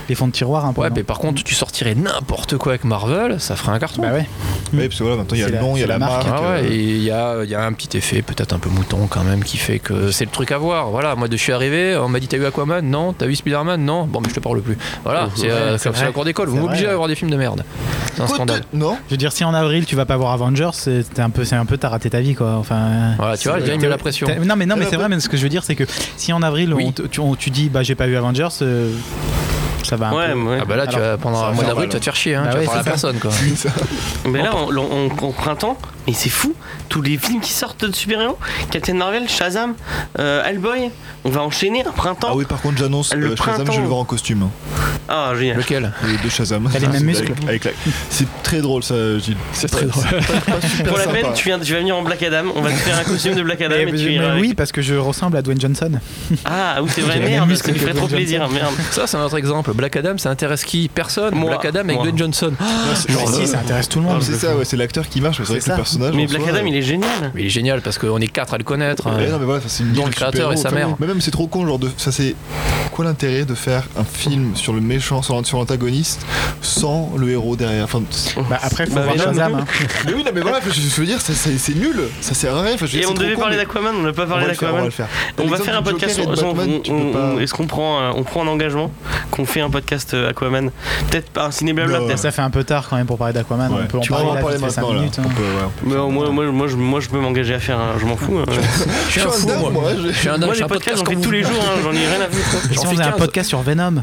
les fonds de tiroir. Un peu,
Ouais,
non
mais par contre, tu sortirais n'importe quoi avec Marvel, ça ferait un carton.
Bah ouais.
Oui, parce que voilà, maintenant il y a
C'est
le
la-
nom, il y a
c'est la
la
marque,
marque.
Ah ouais,
euh,
et il y a, il y a un petit effet, peut-être un peu mouton quand même, qui fait que c'est le truc à voir. Voilà, moi de je suis arrivé, on m'a dit t'as vu Aquaman Non, t'as vu Spider-man Non, bon, mais je te parle plus. Voilà, c'est euh,
c'est
comme c'est
vrai.
la cour d'école, vous
C'est
m'obligez
vrai,
à voir des films de merde. C'est un
Côté-
scandale.
Non
Je veux dire, si en avril tu vas pas voir Avengers, c'est c'est un peu, c'est un peu t'as raté ta vie, quoi. Enfin.
Voilà, tu vois,
c'est-
là, il met
t'es-
la pression.
t'es- Non, mais non, mais
Elle a
c'est
pas-
vrai. Mais ce que je veux dire, c'est que si en avril
Oui.
on te- tu, on- tu dis, bah j'ai pas vu Avengers, euh, ça va. Un
Ouais,
peu.
ouais.
Ah bah là, tu
Alors,
vas, pendant
ça
un
va
mois
faire
d'avril,
mal,
tu vas te faire chier, hein,
Bah
tu vas
ouais,
parler à
c'est ça.
personne quoi. bah,
Mais là, on, on- on- au printemps, mais c'est fou, tous les films qui sortent de super-héros, Captain Marvel, Shazam, euh, Hellboy, on va enchaîner un printemps.
Ah oui, par contre, j'annonce
Le
euh, Shazam,
printemps.
je vais le voir en costume.
Ah, génial.
Lequel
Les deux Shazam.
T'as les mêmes
Avec-
muscles.
avec la- C'est très drôle ça, Gilles. C'est
très
pas- c'est pas super
Pour la
sympa.
peine, tu, viens, tu vas venir en Black Adam, on va te faire un costume de Black Adam
Mais,
et tu
mais
iras avec.
oui, parce que je ressemble à Dwayne Johnson.
Ah oui, c'est vrai,
J'ai les
merde,
muscles
ça lui
que
ferait trop
Dwayne
plaisir,
Johnson.
merde.
Ça, c'est un autre exemple. Black Adam, ça intéresse qui Personne.
Moi.
Black Adam avec
Moi.
Dwayne Johnson.
Non, c'est-
Mais
euh,
si, ça intéresse tout le
Non,
monde.
mais
Ah,
c'est ça, ouais, c'est l'acteur qui marche, mais c'est vrai
C'est
que
ça.
le personnage.
Mais
en
Black
soi,
Adam,
euh,
il est génial.
Mais il est génial parce qu'on est quatre à le connaître. hein.
Ouais, non, mais voilà, c'est une
Dont
ligue
le
de
créateur et sa
super-héros,
mère.
Mais même c'est trop con, genre de. Ça c'est. Quoi l'intérêt de faire un film sur le méchant, sur l'ant- sur l'antagoniste, sans le héros derrière Enfin, c'est-
Bah après, faut
Bah,
voir
mais non,
Shazam.
mais-
hein.
mais oui, non, mais voilà, je je veux dire, ça, c'est c'est nul, ça sert à rien. enfin, je veux
Et
dire,
on
c'est trop
devait
con,
parler
mais
d'Aquaman, on n'a pas
on va
parlé
le faire, On va
d'Aquaman.
le faire.
On va
L'exemple
faire un
du
podcast
Joker et
sur.
de
sur-
Batman,
on-
tu peux
on-
pas-
Est-ce qu'on prend, euh, on prend un engagement qu'on fait un podcast euh, Aquaman. Peut-être par un ciné blabla,
Non,
peut-être.
hein. ça fait un peu tard quand même pour parler d'Aquaman.
Ouais.
On peut en
tu
parler,
pourras en
là,
parler
vite fait, cinq
maintenant. là.
minutes, hein.
On peut, ouais, on peut
Mais
faire
au moins-
ça.
moi, moi, je, moi, je peux m'engager à faire, un- je m'en fous. hein.
Je suis
Je
un
suis
fou,
dingue,
moi.
moi,
Je
j'ai-
suis un dingue,
Moi,
je
les
fais un
podcasts, j'en
comme
fais
vous.
tous les jours, hein, j'en ai rien à foutre.
Et
J'en
si on
fais
faisait un
15.
podcast sur Venom hein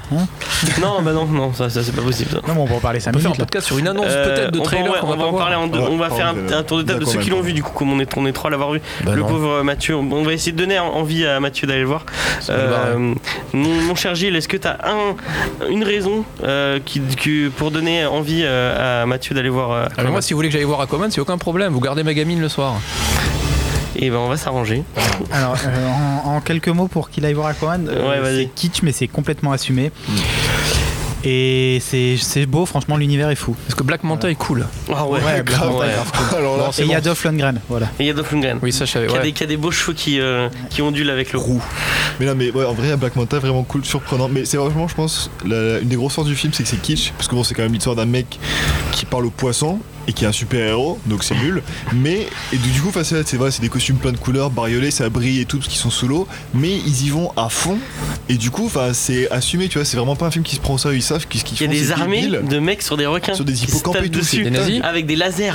Non, bah non, non, ça, ça c'est pas possible. Ça.
Non, mais on peut en parler
On
5
peut faire un
minutes. là.
podcast sur une annonce
Euh,
peut-être de
on va-
trailer.
ouais,
qu'on
on va en parler en deux.
Ouais,
On va
pardon,
faire
euh,
un, un tour de table de
d'accord,
ceux qui l'ont
d'accord.
vu, du coup, comme on est, on est trois à l'avoir vu.
Bah
le
non.
pauvre Mathieu, on- on va essayer de donner en- envie à Mathieu d'aller le voir.
Ça va le voir,
Euh, mon, mon cher Gilles, est-ce que tu as un, une raison euh, qui, qui- pour donner envie euh, à Mathieu d'aller voir euh,
Alors Ah, moi, si vous voulez que j'aille voir Aquaman, c'est aucun problème. Vous gardez ma gamine le soir.
Et ben on va s'arranger.
Alors, euh, en, en quelques mots pour qu'il aille voir Aquaman, euh,
Ouais, vas-y.
c'est kitsch, mais c'est complètement assumé. Et c'est c'est beau, franchement, l'univers est fou.
Parce que Black Manta est cool.
Ah
Ouais, grave,
Ouais.
grave.
Alors Oh là,
Bon,
Et
c'est
il y a
bon.
Dolph Lundgren, voilà.
Et il y a Dolph Lundgren,
Oui, ça, je savais.
qui, a
ouais.
des, qui a des beaux cheveux qui, euh, qui ondulent avec le roux.
Mais non, mais ouais, en vrai, Black Manta, vraiment cool, surprenant. Mais c'est vraiment, je pense, la- une des grosses forces du film, c'est que c'est kitsch. Parce que bon, c'est quand même l'histoire d'un mec qui parle au poisson et qui est un super héros, donc c'est nul. Mais, et du du coup, face à c'est vrai, c'est des costumes plein de couleurs, bariolés, ça brille et tout, parce qu'ils sont sous l'eau. Mais ils y vont à fond. Et du coup, enfin, c'est assumé, tu vois, c'est vraiment pas un film qui se prend au sérieux, ils savent qu'est-ce qu'ils
Il y
font.
a des
c'est
armées
débile.
de mecs sur des requins.
Sur des
qui se
hippocampes
tapent
et tout, c'est
dessus
des nazis
avec des lasers.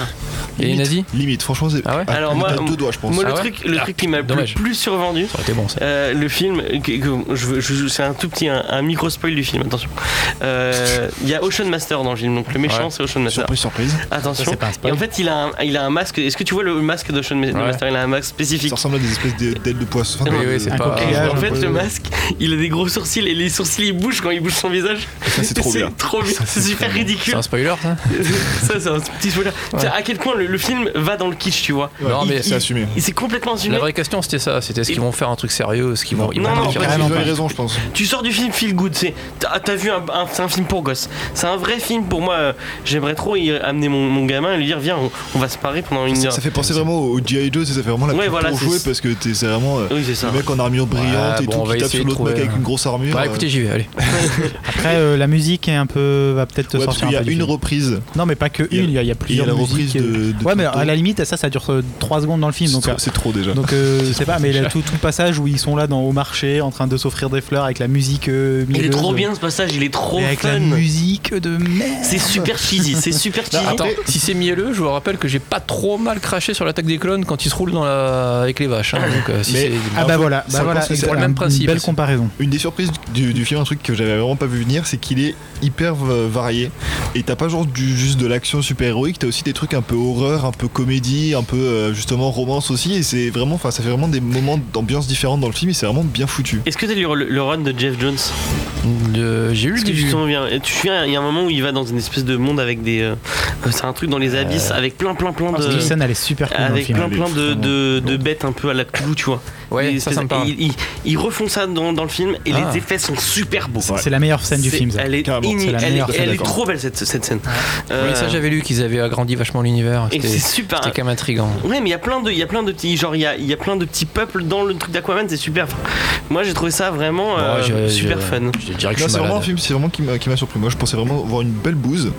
Il y a des
Limite,
nazis
Limite, franchement, c'est.
Ah ouais
à-
Alors moi,
à deux doigts, je pense.
Moi, le,
Ah ouais
truc, le
Ah,
truc qui m'a le
dommage.
plus survendu,
Ça aurait été bon, ça.
euh, le film, que- que- je veux- je- c'est un tout petit, un, un micro spoil du film, attention. Euh, Il y a Ocean Master dans le film, donc le méchant
Ouais.
c'est Ocean Master.
Surprise, surprise.
Ça,
Attention.
c'est pas un
Et
spoil.
en fait, il a un, il a un masque. Est-ce que tu vois le masque d'Ocean Ma-
Ouais.
Master Il a un masque spécifique.
Ça ressemble à des espèces de- d'ailes de poisson.
Oui,
Enfin,
oui,
de-
c'est
Un
pas-
Et
Ah,
coquillage.
en
un
fait,
peu-
le masque, il a des gros sourcils et les sourcils ils bougent quand il bouge son visage.
Ça, c'est trop bien.
C'est trop bien, c'est super
C'est
ridicule.
un spoiler, ça
Ça, c'est un petit spoiler.
Ouais.
Tu sais, À quel point le, le film va dans le kitsch, tu vois
Ouais,
Non,
il-
mais
il- c'est assumé.
Il s'est complètement assumé.
La vraie question, c'était ça. C'était est-ce qu'ils vont faire un truc sérieux Est-ce qu'ils vont. ils
Non,
vont
non,
pas
pas
faire-
du
Ils
non,
avaient
pas-
raison, je pense.
Tu sors du film Feel Good, c'est t'as t'as vu un, un- c'est un film pour gosses. C'est un vrai film pour moi. euh, J'aimerais trop y amener mon, mon gamin et lui dire viens, on, on va se parer pendant une
Ça,
heure.
ça fait penser vraiment au G.I. Joe, ça fait vraiment la
Ouais,
pub
voilà,
pour
c'est-
jouer parce que t'es c'est vraiment euh,
Oui, c'est ça.
le mec en armure brillante
Ouais,
et
bon, on
tout
va
qui tape
essayer
sur
de
l'autre mec
trouver,
avec
euh,
une grosse armure.
Bah
euh,
écoutez, j'y vais, allez.
Après, euh, la musique est un peu, va peut-être
ouais, parce
sortir
qu'il y
un
a
peu. du
une
film.
reprise.
Non, mais pas que une,
Il y a-
il y a, il y a
Il y a
plusieurs
la reprise
musiques. euh,
de. de
Ouais, mais
Toto.
à la limite, ça, ça dure 3 secondes dans le film.
C'est
Donc,
trop-
euh,
c'est trop déjà.
donc euh, je sais pas, mais là, tout, tout le passage où ils sont là dans, au marché en train de s'offrir des fleurs avec la musique. euh,
Il est
mielleuse,
trop
euh,
bien ce passage, il est trop
et avec
fun.
la musique de merde.
C'est super cheesy, c'est super cheesy.
Bah, Attends, si c'est mielleux, je vous rappelle que j'ai pas trop mal craché sur l'attaque des clones quand ils se roulent dans la... avec les vaches. hein, donc, euh, si
Mais-
c'est-
Ah bah voilà, bah
Ça, je
voilà,
pense que c'est
voilà,
le même
une
principe.
Belle comparaison.
Une des surprises du, du film, un truc que j'avais vraiment pas vu venir, c'est qu'il est hyper euh, varié. Et t'as pas genre du, juste de l'action super héroïque, t'as aussi des trucs un peu horreur, un peu comédie, un peu euh, justement romance aussi. Et c'est vraiment, enfin, ça fait vraiment des moments d'ambiance différente dans le film et c'est vraiment bien foutu.
Est-ce que t'as lu le, le run de Jeff Jones
Euh, j'ai eu le
Est-ce ah. que
début.
tu t'en souviens Tu te souviens, il y a un moment où il va dans une espèce de monde avec des. euh, c'est un truc dans
Euh,
les abysses avec plein plein plein de.
Cette scène, elle est super cool dans le
avec
film.
plein plein de,
Vraiment.
de, de bêtes un peu à la Cthulhu, tu vois.
Ouais,
Des
ça,
espèces-
ça me parle.
et Ils, ils- ils refont ça dans, dans le film et
Ah.
les effets sont super beaux.
C'est la meilleure scène du
C'est-
film. ça.
Elle est,
Carrément,
ini-
c'est la
elle est-
meilleure scène,
elle est
d'accord.
trop belle cette, cette scène. Euh,
Oui, ça j'avais lu qu'ils avaient agrandi vachement l'univers.
et
C'était
c'est
c'était
super.
quand même intriguant.
Ouais, mais il y a plein de, il y a plein de petits, genre il y a, il y a plein de petits peuples dans le truc d'Aquaman, c'est super. Enfin, moi j'ai trouvé ça vraiment euh,
Ouais, je-
super
je-
fun.
Je dirais que
Non,
je suis
c'est vraiment un
malade.
film c'est vraiment qui m'a qui m'a surpris. Moi, je pensais vraiment voir une belle bouse.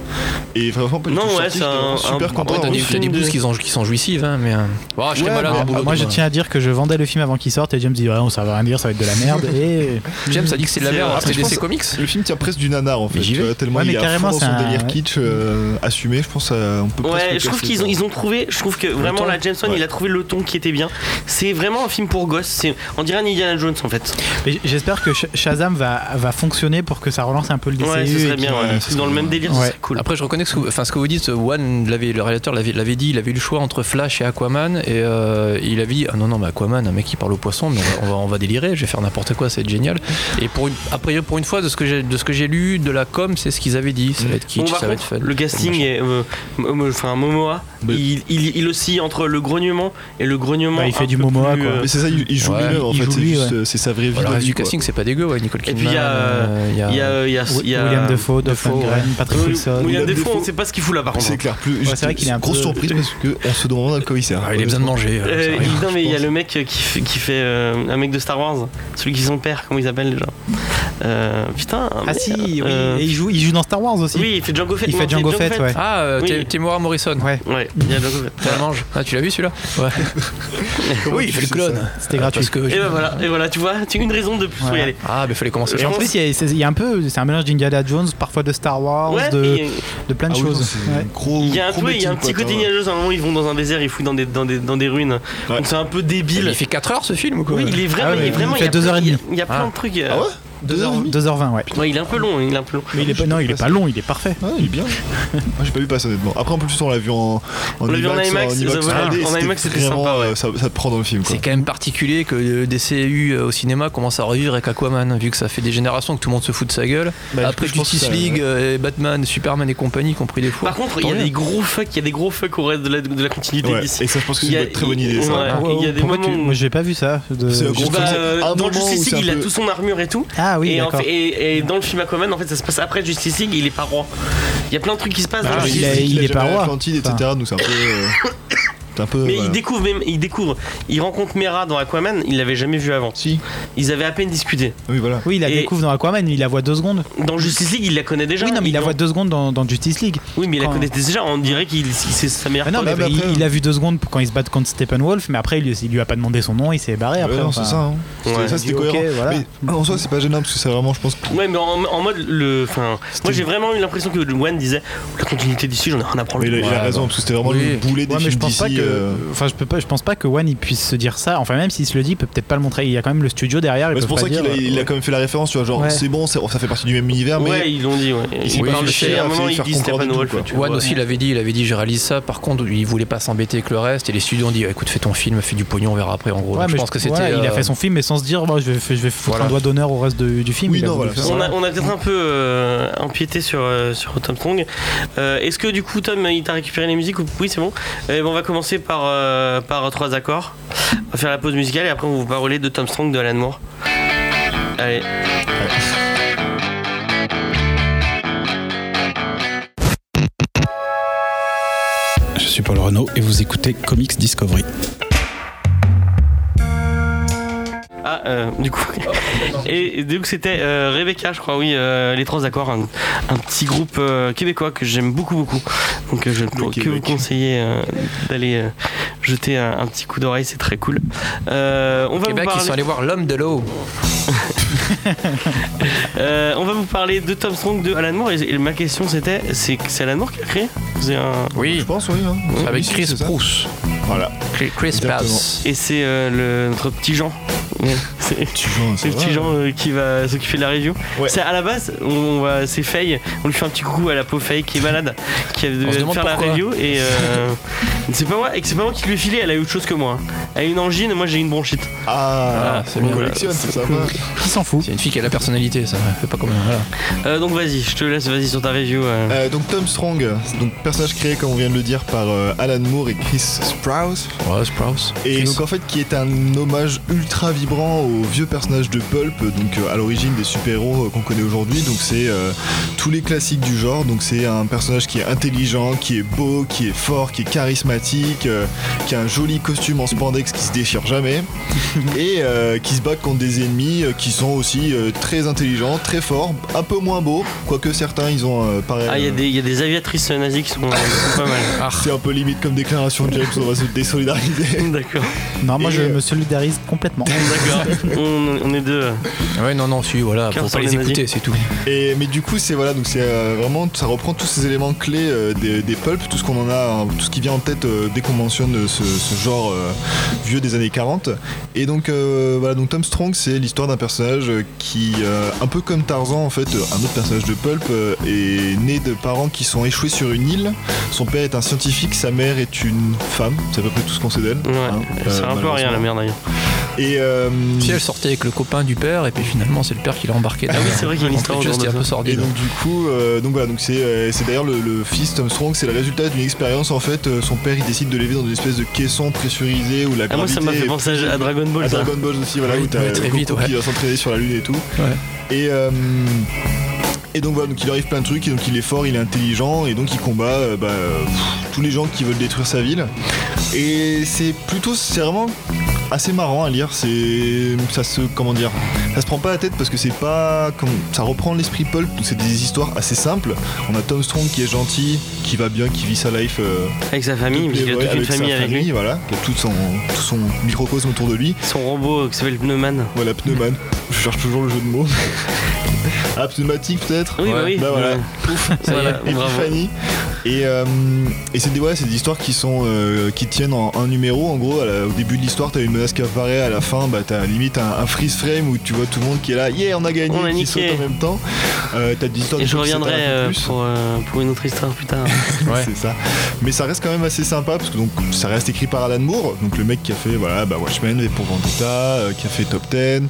Et vraiment, pas du
Non,
tout
ouais,
sorti,
c'est
j'étais
un-
vraiment super
un-
Bon,
content.
t'as des,
film
t'as des
de-
blues qui sont, qui sont jouissives, hein, mais. euh, bon, j'étais
Ouais,
malade
mais
au boulot,
Moi, je
demain.
tiens à dire que je vendais le film avant qu'il sorte et James dit ouais, on ça va rien dire, ça va être de la merde. Et
James a dit que c'est de la
C'est-
merde,
après,
c'était
je
DC
pense-
Comics.
Le film tient presque du nanar en fait,
Mais j'y
tu
vais.
vois, tellement
Ouais,
il
mais
est à
carrément,
fond dans
c'est
son
un-
délire kitsch euh, assumé, je pense euh, on peut presque
Ouais,
le
je trouve
classer,
qu'ils
ça.
hein.
ont, ils ont trouvé, je trouve que vraiment
ton.
la Jameson,
Ouais.
il a trouvé le ton qui était bien. C'est vraiment un film pour gosses, c'est on dirait un Indiana Jones en fait.
Mais j'espère que Sh- Shazam va, va fonctionner pour que ça relance un peu le DCU.
Ouais, ce
et
serait
qu'il-
bien,
ouais,
ouais.
ce serait
dans le
bien.
même délire, ce
Ouais.
serait cool.
Après, je reconnais que ce que, vous- enfin, ce que vous dites, One, l'avait- le réalisateur l'avait l'avait dit, il avait eu le choix entre Flash et Aquaman, et euh, il avait dit Ah non, non, mais Aquaman, un mec qui parle au poisson, mais on va, on va délirer, je vais faire n'importe quoi, ça va être génial. Et pour une, a priori, pour une fois, de ce que j'ai de ce que j'ai lu, de la com, c'est ce qu'ils avaient dit, ça va être kitsch,
Bon, par
ça va être
contre,
fun.
Le casting est. euh, m- m- Enfin, Momoa,
Mais-
il, il, il oscille entre le grognement et le grognement.
Ouais, il fait
un
du
peu
Momoa,
plus,
quoi.
euh,
Mais c'est ça, il, il joue
Ouais,
lui-même en
il
fait,
joue
c'est
lui,
juste,
ouais.
euh, c'est sa vraie vie.
Voilà, le
de
reste
vie,
du
quoi.
casting, c'est pas dégueu, ouais, Nicole
Et
Kidman.
puis il y a,
euh, il y a-
Il y a. euh, il y a- il y a-
William Defoe, Dolph
Defoe,
Lundgren,
ouais.
Patrick
Oui,
Wilson.
William
William
Defoe,
Defoe.
on sait pas ce qu'il fout là par contre.
C'est clair, plus
c'est vrai qu'il est un
grosse
peu-
surprise parce que on se demande dans le commissaire.
Ah, il a besoin de manger. euh,
Euh,
ça arrive.
il- non mais il y a
pense.
le mec qui fait, qui fait euh, un mec de Star Wars, celui qui est son père, comment il s'appelle déjà Euh, Putain.
Ah
merde,
si, oui.
euh,
et il joue, il joue dans Star Wars aussi.
oui, il fait Django Fett.
il
non,
fait
c'est
Django Fett, ouais.
Ah, euh,
Oui.
Tim- Timora Morrison.
Ouais,
Ouais, il y a Django Fett.
Ça mange. Ah, tu l'as vu celui-là Ouais.
Comment
Oui,
tu
il fait le
sais
clone.
c'était
Ah,
gratuit.
parce que-
Euh, Eh ben Et ben voilà, et voilà, tu vois, tu as une raison de plus pour y
Voilà.
aller.
Ah, mais fallait commencer.
Et en
pense-
plus, il y a, mais c'est- il y a un peu, c'est un mélange d'Indiana Jones, parfois de Star Wars,
Ouais,
de,
il y a-
de plein de
Ah oui, non,
choses.
c'est
Ouais.
un gros-
il y a un,
gros
peu- il y a un
meeting,
petit
quoi,
côté
t'as-
Indiana Jones, à un moment ils vont dans un désert, ils fouillent dans des, dans des, dans des ruines.
Ouais.
Donc c'est un peu débile.
Il fait 4 heures ce film ou quoi
Oui, il est vraiment.
Ah ouais,
il est
il
vraiment
fait
il y a
deux
plein-
heures et demie.
Il y a plein de trucs. euh,
Ah ouais
2h20,
2h30
ouais.
ouais, il est un peu long, hein, il est un peu long.
Mais il est pas, non, il est pas long, il est parfait.
Ah, il est bien. Moi, j'ai pas vu passer honnêtement. Après, en plus, on l'a vu en, en
On l'a vu en IMAX,
en IMAX,
ça, voilà.
3D,
En IMAX, c'était
vraiment,
sympa, ouais.
euh, ça, ça te prend dans le film. Quoi.
C'est quand même particulier que euh, des CU euh, au cinéma commencent à revivre avec Aquaman, hein, vu que ça fait des générations que tout le monde se fout de sa gueule.
Bah,
Après
je pense que
Justice
ça-
League, euh, et Batman, Superman et compagnie qui ont pris des fois.
Par contre, il y a des gros fucks, il y a des gros fucks au reste de la, de la continuité
Ouais,
d'ici.
Et ça, je pense que
Il y
c'est
a-
une très bonne idée. ça.
ouais. Ah, il y a des
oh, Pourquoi
moments
tu-
où-
Moi, j'ai pas vu ça. de-
C'est un gros-
Bah,
Comme ça,
euh,
à un
dans
moment où
Justice
c'est
League,
un
il a
peu-
tout son armure et tout.
Ah oui,
et, en
d'accord.
fait- et- et dans le film Aquaman, en fait, ça se passe après Justice League, il est pas roi. Il y a plein de trucs qui se passent dans
Ah,
Justice
il a-
League.
il est pas roi.
Atlantide, etc. Donc, c'est un peu. euh, c'est un peu.
Mais
euh,
voilà.
il découvre, même, il découvre, il rencontre Mera dans Aquaman, il l'avait jamais vu avant.
Si.
Ils avaient à peine discuté.
Oui, voilà.
Oui, il la
Et-
découvre dans Aquaman, il la voit deux secondes.
Dans Justice League, il la connaît déjà.
oui, non, mais il la
en-
voit deux secondes dans, dans Justice League.
Oui, mais il la
quand-
connaît déjà. On dirait qu'il c'est sa meilleure
Mais non,
pote.
mais
bah,
il,
après,
il a vu deux secondes pour quand il se bat contre Steppenwolf, mais après, il, lui- il lui a pas demandé son nom, il s'est barré après.
Ouais, non,
enfin.
c'est ça. hein. C'était-
Ouais.
Ça,
Il
c'était
dit, ok,
cohérent.
voilà.
Mais en soi, c'est pas gênant parce que c'est vraiment, je pense,
Ouais, mais en, en mode le. Enfin, moi
C'était-
j'ai vraiment eu l'impression que One disait la continuité d'ici, j'en ai rien à prendre.
Mais il a, il a
Ouais,
raison, parce que c'était vraiment
Oui.
le boulet des
Ouais, mais
films
je pense pas
DC,
que.
euh,
Enfin, je peux pas. Je pense pas que One il puisse se dire ça. Enfin, même s'il se le dit, il peut peut-être pas le montrer. Il y a quand même le studio derrière. ils
bah,
peuvent
c'est pour
pas
ça qu'il
dire, euh,
a, il a
euh,
quand même fait la référence, tu vois, genre
Ouais.
c'est bon, c'est- ça fait partie du même univers, Ah, mais
Ouais, ils l'ont dit, ouais.
s'est
Ils
pas
parlent de
fait
ça, et à un
chier à
moment,
faire
il dit
comprendre
Stephen
et tout,
Wolf.
quoi.
tu
One
vois.
aussi l'avait dit, il avait dit je réalise ça. Par contre, il voulait pas s'embêter avec le reste et les studios ont dit écoute, fais ton film, fais du pognon, on verra après en gros.
Ouais,
Donc,
mais
je pense que c'était.
voilà, il a
euh,
fait son film, mais sans se dire, moi, je vais, je vais foutre
Voilà.
un doigt d'honneur au reste de- du film.
Oui,
il a
non,
voulu
voilà,
faire
c'est
ça.
On a, on a peut-être un peu euh, empiété sur, euh, sur Tom Strong. Euh, Est-ce que du coup, Tom, il t'a récupéré les musiques ou... Oui, c'est bon. Eh ben, on va commencer par, euh, par trois accords. On va faire la pause musicale et après, on va vous parler de Tom Strong de Alan Moore. Allez.
Je suis Paul Renault et vous écoutez Comics Discovery.
Ah, euh, du coup. Et, et donc, c'était euh, Rebecca, je crois, oui, euh, les trois accords. Un, un petit groupe euh, québécois que j'aime beaucoup, beaucoup. Donc, euh, je ne peux que
Québec.
vous conseiller euh, d'aller euh, jeter un, un petit coup d'oreille, c'est très cool. Euh, on va
Québec,
vous
ils
parler.
sont allés voir l'homme de l'eau.
Euh, on va vous parler de Tom Strong, de Alan Moore. Et, et ma question c'était, c'est c'est Alan Moore qui a créé C'est un-
je
Oui,
pense, oui. hein.
avec
Oui,
Chris
c'est ça.
Proust.
Voilà.
Chris- Chris
Exactement.
Proust.
Et c'est euh, le- notre petit Jean. Ouais, c'est-
Petit Jean,
C'est le
vrai.
petit Jean euh, qui va s'occuper de la review.
Ouais.
C'est à la base, on va, c'est Faye. On lui fait un petit coucou à la peau Faye qui est malade, qui a dû
On se
faire
demande
la
pourquoi.
review. Et euh, c'est pas moi, et c'est pas moi qui lui ai filé. Elle a eu autre chose que moi. hein. Elle a eu une angine, moi j'ai eu une bronchite.
Ah,
Ah, c'est
on
bien.
collectionne, c'est ça. va.
Qui s'en fout
C'est une fille qui a la personnalité, ça fait pas comme. voilà.
Euh, donc vas-y, je te laisse, vas-y sur ta review. euh.
Euh, donc Tom Strong, donc personnage créé comme on vient de le dire par euh, Alan Moore et Chris Sprouse,
Ouais, Sprouse.
et
Chris.
donc en fait qui est un hommage ultra vibrant au vieux personnage de Pulp, donc euh, à l'origine des super-héros euh, qu'on connaît aujourd'hui, donc c'est euh, tous les classiques du genre, donc c'est un personnage qui est intelligent, qui est beau, qui est fort, qui est charismatique, euh, qui a un joli costume en spandex qui se déchire jamais, et euh, qui se bat contre des ennemis euh, qui sont aussi euh, très intelligents, très forts, un peu moins beaux, quoique certains ils ont euh, pareil...
Ah, il y, a
euh,
des- il y a des aviatrices nazies qui sont, qui sont pas mal.
c'est un peu limite comme déclaration de James, on va se désolidariser.
D'accord.
Non, moi,
Et,
je
euh,
me solidarise complètement.
D'accord, on, on est deux. euh.
Ouais, non, non, si, voilà,
Car
pour
ça,
pas
on
les
est nazi.
écouter, c'est tout.
Et mais du coup, c'est voilà, donc c'est euh, vraiment, ça reprend tous ces éléments clés euh, des, des pulps, tout ce qu'on en a, hein, tout ce qui vient en tête euh, dès qu'on mentionne euh, ce, ce genre euh, vieux des années 40. Et donc euh, voilà, donc Tom Strong, c'est l'histoire d'un personnage euh, qui, euh, un peu comme Tarzan en fait, euh, un autre personnage de pulp, euh, est né de parents qui sont échoués sur une île. Son père est un scientifique, sa mère est une femme. C'est à peu près tout ce qu'on sait d'elle.
Ouais,
hein,
ça
euh,
sert un peu à rien la
malheureusement.
merde d'ailleurs.
Et euh,
Si elle sortait avec le copain du père, et puis finalement, c'est le père qui l'a embarqué.
Ah oui, c'est vrai qu'il y a une
En
histoire
fait,
autour
c'était
de
un peu
ça.
Et
sordide.
donc du coup, euh, donc voilà, donc c'est euh, c'est d'ailleurs le, le fils Tom Strong, c'est le résultat d'une expérience en fait. euh, son père il décide de l'élever dans une espèce de caisson pressurisé où la
Ah, moi ça m'a fait
gravité-
penser à, à Dragon Ball
à
ça.
Ah, Dragon Ball aussi, voilà,
Oui,
où t'as
oui, très
euh, Goku
vite, ouais.
qui va s'entraîner sur la lune et tout. Et euh, et donc voilà, donc il arrive plein de trucs, et donc il est fort, il est intelligent, et donc il combat euh, bah, euh, pff, tous les gens qui veulent détruire sa ville. Et c'est plutôt, c'est vraiment assez marrant à lire. C'est, ça se, comment dire, ça se prend pas la tête parce que c'est pas, comme, ça reprend l'esprit pulp. donc C'est des histoires assez simples. On a Tom Strong qui est gentil, qui va bien, qui vit sa life. euh,
Avec sa famille, parce qu'il a
ouais,
toute une
avec sa
famille avec lui.
Voilà, qui a tout son, tout son microcosme autour de lui.
Son robot euh, qui s'appelle Pneuman.
Voilà, pneuman. Je cherche toujours le jeu de mots. ah, pneumatique peut-être
Oui, bah oui.
Bah voilà.
Ouais.
Pouf.
Ça y est,
Voilà.
bravo.
Épiphanie. Et, euh, et c'est des, ouais, c'est des histoires qui sont euh, qui tiennent en un numéro. En gros, à la- au début de l'histoire, t'as une menace qui apparaît. À la fin, bah, t'as limite un, un freeze frame où tu vois tout le monde qui est là. Yeah, on a gagné.
On a
qui
niqué.
saute en même temps. Euh, t'as des histoires
Et
de
je
gens qui
reviendrai
s'étalent un peu
euh,
plus.
pour, euh, pour une autre histoire plus tard.
Ouais.
C'est ça. Mais ça reste quand même assez sympa parce que donc ça reste écrit par Alan Moore, donc le mec qui a fait voilà bah Watchmen, V pour Vendetta, euh, qui a fait Top 10,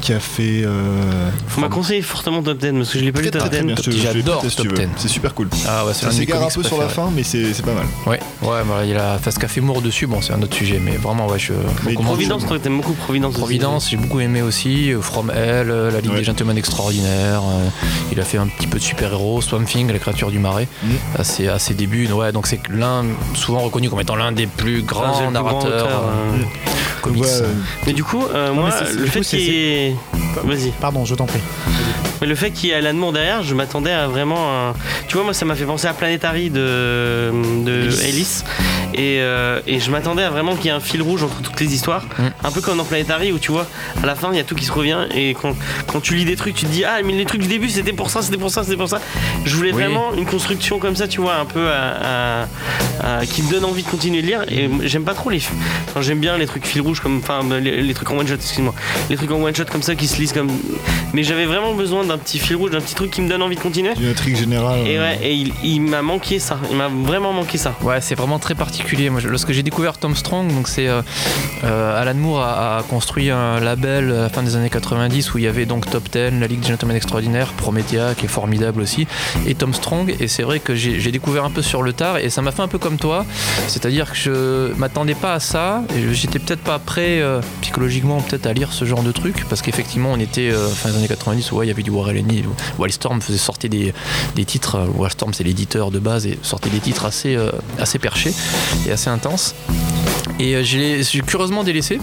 qui a fait. euh,
Faut m'a conseillé fortement Top 10 parce que je l'ai pas lu
très,
Top
très,
10.
très bien, je te- je te
J'adore
prête, si
Top
tu veux.
10.
C'est super cool.
Ah ouais, c'est
Ça
un de mes
s'égare un
comics
peu sur la
préférés.
fin, mais c'est c'est pas mal.
Ouais, ouais, bah, il a, enfin, ce qu'a fait Moore dessus, bon, c'est un autre sujet, mais vraiment, ouais, je recommande.
Providence, toi t'aimes beaucoup Providence. aussi.
Providence, j'ai beaucoup aimé aussi. euh, From Hell, euh, La Ligue
Ouais.
des Gentlemen Extraordinaires. euh, il a fait un petit peu de super-héros. Swamp Thing, La Créature du Marais,
Mhm.
à, ses, à ses débuts. Ouais, donc c'est l'un, souvent reconnu comme étant l'un des
Enfin,
plus
c'est
grands
le plus grand
narrateurs
auteur,
euh,
Mm.
euh.
comics.
Ouais, euh,
Mais du coup, euh, moi,
mais c'est- c'est-
le
du
fait
coup, c'est-
qu'il y ait. Vas-y.
Pardon, je t'en prie.
Mais le fait qu'il y ait Alan Moore derrière, je m'attendais à vraiment un. Tu vois, moi, ça m'a fait penser à Planetary de, de
Ellis.
Ellis. Et, euh, et je m'attendais à vraiment qu'il y ait un fil rouge entre toutes les histoires.
Mm.
Un peu comme dans Planetary où tu vois, à la fin, il y a tout qui se revient. Et quand, quand tu lis des trucs, tu te dis Ah, mais les trucs du début, c'était pour ça, c'était pour ça, c'était pour ça. Je voulais
Oui.
vraiment une construction comme ça, tu vois, un peu à, à- à- qui me donne envie de continuer de lire. Et j'aime pas trop les. Enfin, j'aime bien les trucs fil rouge, comme. Enfin, les, les trucs en one shot, excuse-moi. Les trucs en one shot comme ça qui se lisent comme. Mais j'avais vraiment besoin d'un petit fil rouge, d'un petit truc qui me donne envie de continuer.
D'une intrigue générale.
Et
Hmm.
euh,
ouais, et il, il m'a manqué ça. Il m'a vraiment manqué ça.
Ouais, c'est vraiment très particulier. Moi, je- lorsque j'ai découvert Tom Strong, donc c'est euh, euh, Alan Moore a, a construit un label à la fin des années 90 où il y avait donc Top 10, La Ligue des Gentlemen Extraordinaires, Promethea qui est formidable aussi, et Tom Strong. Et c'est vrai que j'ai j'ai découvert un peu sur le tard et ça m'a fait un peu comme toi, c'est-à-dire que je m'attendais pas à ça. et je- J'étais peut-être pas prêt euh, psychologiquement peut-être à lire ce genre de truc parce qu'effectivement on était euh, fin des années 90 où ouais, il y avait du Warren Ellis, où Wildstorm faisait sortir des, des titres. euh, Wildstorm, c'est l'éditeur de base et sortait des titres assez, euh, assez perchés et assez intenses. Et euh, je l'ai je l'ai curieusement délaissé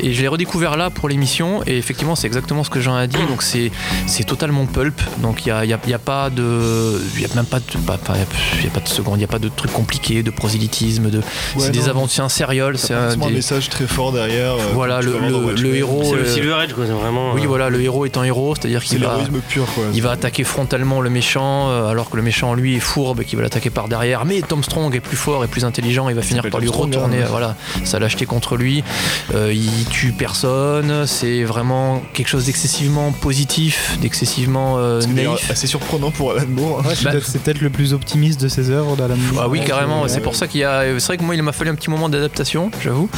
et je l'ai redécouvert là pour l'émission. Et effectivement, c'est exactement ce que Jean a dit. Donc, c'est c'est totalement pulp. Donc, il n'y a, il y a- il y a pas de. Il y a même pas de. pas- pas- Il n'y a pas de seconde, il n'y a pas de trucs compliqués, de prosélytisme. De, c'est des
non.
aventures sérieules.
t'as
C'est
pas
un
forcément un
des-
message très fort derrière. euh,
Voilà,
que tu
le-
vas voir dans
le- le
Watchmen.
héros,
C'est le
euh,
Silver Edge, quoi. C'est vraiment.
Oui,
euh,
voilà, le héros est un héros, c'est-à-dire
C'est
qu'il va.
l'héroïsme pur quoi.
Il va attaquer frontalement le méchant, euh, alors que le méchant lui est fourbe et qu'il va l'attaquer par derrière. Mais Tom Strong est plus fort et plus intelligent, il va finir
s'appelle
par
Tom
lui
Strong,
retourner
hein.
euh, voilà, sa lâcheté contre lui. Euh, il tue personne, c'est vraiment quelque chose d'excessivement positif, d'excessivement euh,
C'est d'ailleurs
naïf.
assez surprenant pour Alan Moore. hein.
Bah-
c'est peut-être le plus optimiste de ses œuvres d'Alan Moore.
Ah oui, carrément,
euh,
c'est pour ça qu'il y a. C'est vrai que moi, il m'a fallu un petit moment d'adaptation, j'avoue.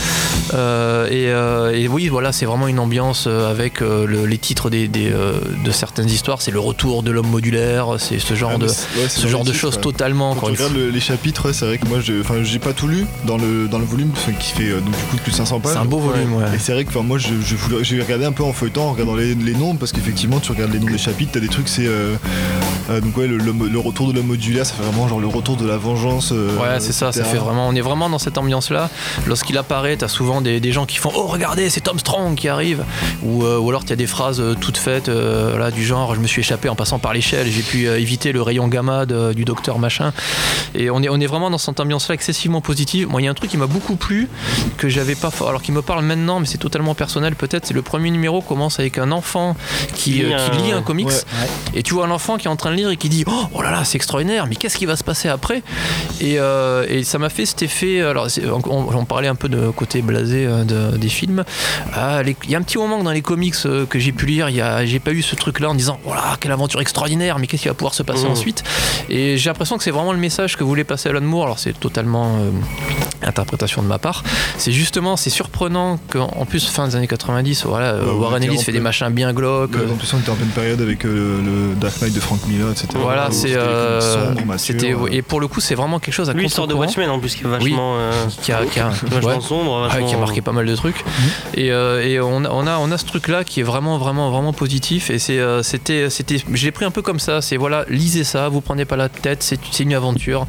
Euh, et, euh, et oui, voilà, c'est vraiment une ambiance euh, avec euh, le- les titres des, des, euh, de certaines histoires. C'est le retour de l'homme modulaire, c'est ce genre
Ah,
de.
mais c'est- ouais, c'est
ce genre de
magnifique,
choses
quoi.
totalement
Quand
encore
on
une fois.
regarde le- les chapitres, ouais, c'est vrai que moi, je- enfin, j'ai pas tout lu dans le, dans le volume enfin, qui fait euh, donc, du coup plus de 500 pages.
C'est un beau volume, ouais.
Et c'est vrai que enfin, moi, je, je voulais- j'ai regardé un peu en feuilletant, en regardant les, les noms, parce qu'effectivement, tu regardes les noms des chapitres, t'as des trucs, c'est euh, euh, donc ouais, le, le- le retour de l'homme modulaire, ça fait vraiment genre le retour de la vengeance. euh,
Ouais, c'est ça, ça
etc.
fait vraiment. On est vraiment dans cette ambiance-là. Lorsqu'il apparaît, t'as souvent des, des gens qui font Oh, regardez, c'est Tom Strong qui arrive. Ou, euh, ou alors t'as des phrases euh, toutes faites, euh, là, du genre Je me suis échappé en passant par l'échelle, j'ai pu euh, éviter le rayon gamma de- du docteur machin. Et on est, on est vraiment dans cette ambiance-là excessivement positive. Moi, il y a un truc qui m'a beaucoup plu, que j'avais pas. fo- Alors, qui me parle maintenant, mais c'est totalement personnel peut-être. C'est le premier numéro commence avec un enfant qui, euh, qui lit un comics.
Ouais.
Et tu vois un enfant qui est en train de lire et qui dit Oh, oh là là, c'est extraordinaire, mais qu'est-ce qui va se passer après et, euh, et ça m'a fait cet effet. Alors, c'est- on, on parlait un peu de côté blasé euh, de- des films. Ah, les- Il y a un petit moment que dans les comics euh, que j'ai pu lire, il y a- j'ai pas eu ce truc-là en disant Oh là, quelle aventure extraordinaire, mais qu'est-ce qui va pouvoir se passer
Mmh.
Mhm.
ensuite Et j'ai l'impression que c'est vraiment le message que voulait passer Alan Moore. Alors, c'est totalement euh, interprétation de ma part. C'est justement, c'est surprenant qu'en en plus, fin des années 90, voilà, euh,
Ouais, Bah, on
Warren
était Bah,
Ellis
en
fait
plein-
des machins bien glauques.
Ouais,
euh,
en plus, on était en pleine période avec euh, le Dark Knight de Frank Miller, etc.
Voilà,
Où
c'est.
c'était des
euh,
comics sombres, matures,
C'était
euh.
et pour le coup, c'est vraiment quelque chose à
Lui, il sort de
contre-courant,
Watchmen en plus, qui est vachement. euh,
qui a, qui a-
Vachement
ouais.
sombre,
Ah
vachement...
oui, qui a marqué pas mal de trucs. Et, euh, et on, a, on, a, on a ce truc-là qui est vraiment, vraiment, vraiment positif. Et c'est, euh, c'était, c'était, je l'ai pris un peu comme ça. C'est voilà, lisez ça, vous prenez pas la tête, c'est, c'est une aventure.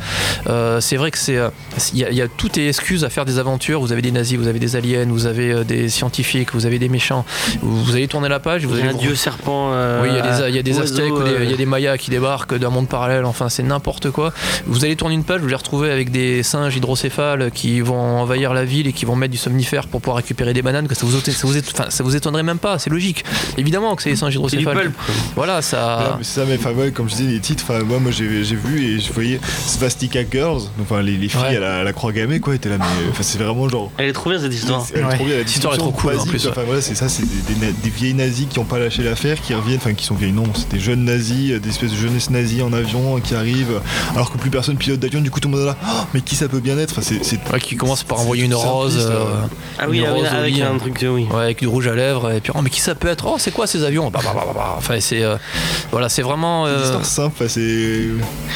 Euh, c'est vrai que c'est, euh, il y a, il y a- tout est des excuses à faire des aventures. Vous avez des nazis, vous avez des aliens, vous avez euh, des scientifiques, vous avez des méchants. Vous, vous allez tourner la page, vous
Il y
allez
a un
vous-
dieu serpent. euh,
oui, il y a des, il y a des
oiseau,
Aztèques, ou des-
euh,
il y a des Mayas qui débarquent d'un monde parallèle, enfin c'est n'importe quoi. Vous allez tourner une page, vous les retrouvez avec des singes hydrocéphales qui vont envahir la ville et qui vont mettre du somnifère pour pouvoir récupérer des bananes, que ça vous, éton- ça vous, éton- enfin, ça vous étonnerait même pas, c'est logique. Évidemment que c'est des singes
C'est du
hydrocéphales.
pulp.
Voilà,
Non,
ça.
Ah, mais c'est ça, mais enfin, ouais, comme je disais, les titres, enfin, moi, moi j'ai j'ai vu et je voyais Svastika Girls, donc, enfin, les, les filles
Ouais.
à, la, à la croix gammée, quoi, étaient là, mais enfin, c'est vraiment genre.
Elle est trop bien cette histoire.
C'est- elle est
Ouais.
trop bien, la
Cette histoire est trop
description
cool, en
basique,
plus,
quoi. Enfin voilà, c'est ça, c'est des, des na- des vieilles nazis qui ont pas lâché l'affaire, qui reviennent, enfin qui sont vieilles, non, c'est des jeunes nazis, euh, des espèces de jeunesse nazie en avion euh, qui arrivent, alors que plus personne pilote d'avion, du coup tout le monde est là, Oh, mais qui ça peut bien être Enfin, c'est- c'est-
Ouais, qui commence par
c'est-
envoyer une
c'est simpliste,
rose,
euh,
euh,
Ah oui,
Une
ah oui,
rose au
avec
lit,
un
hein.
truc de oui.
ouais, avec du rouge à lèvres, et puis oh mais qui ça peut être Oh c'est quoi ces avions Bah, bah, bah, bah, bah. Enfin c'est euh, voilà c'est vraiment
c'est
euh,
une histoire simple, enfin, c'est.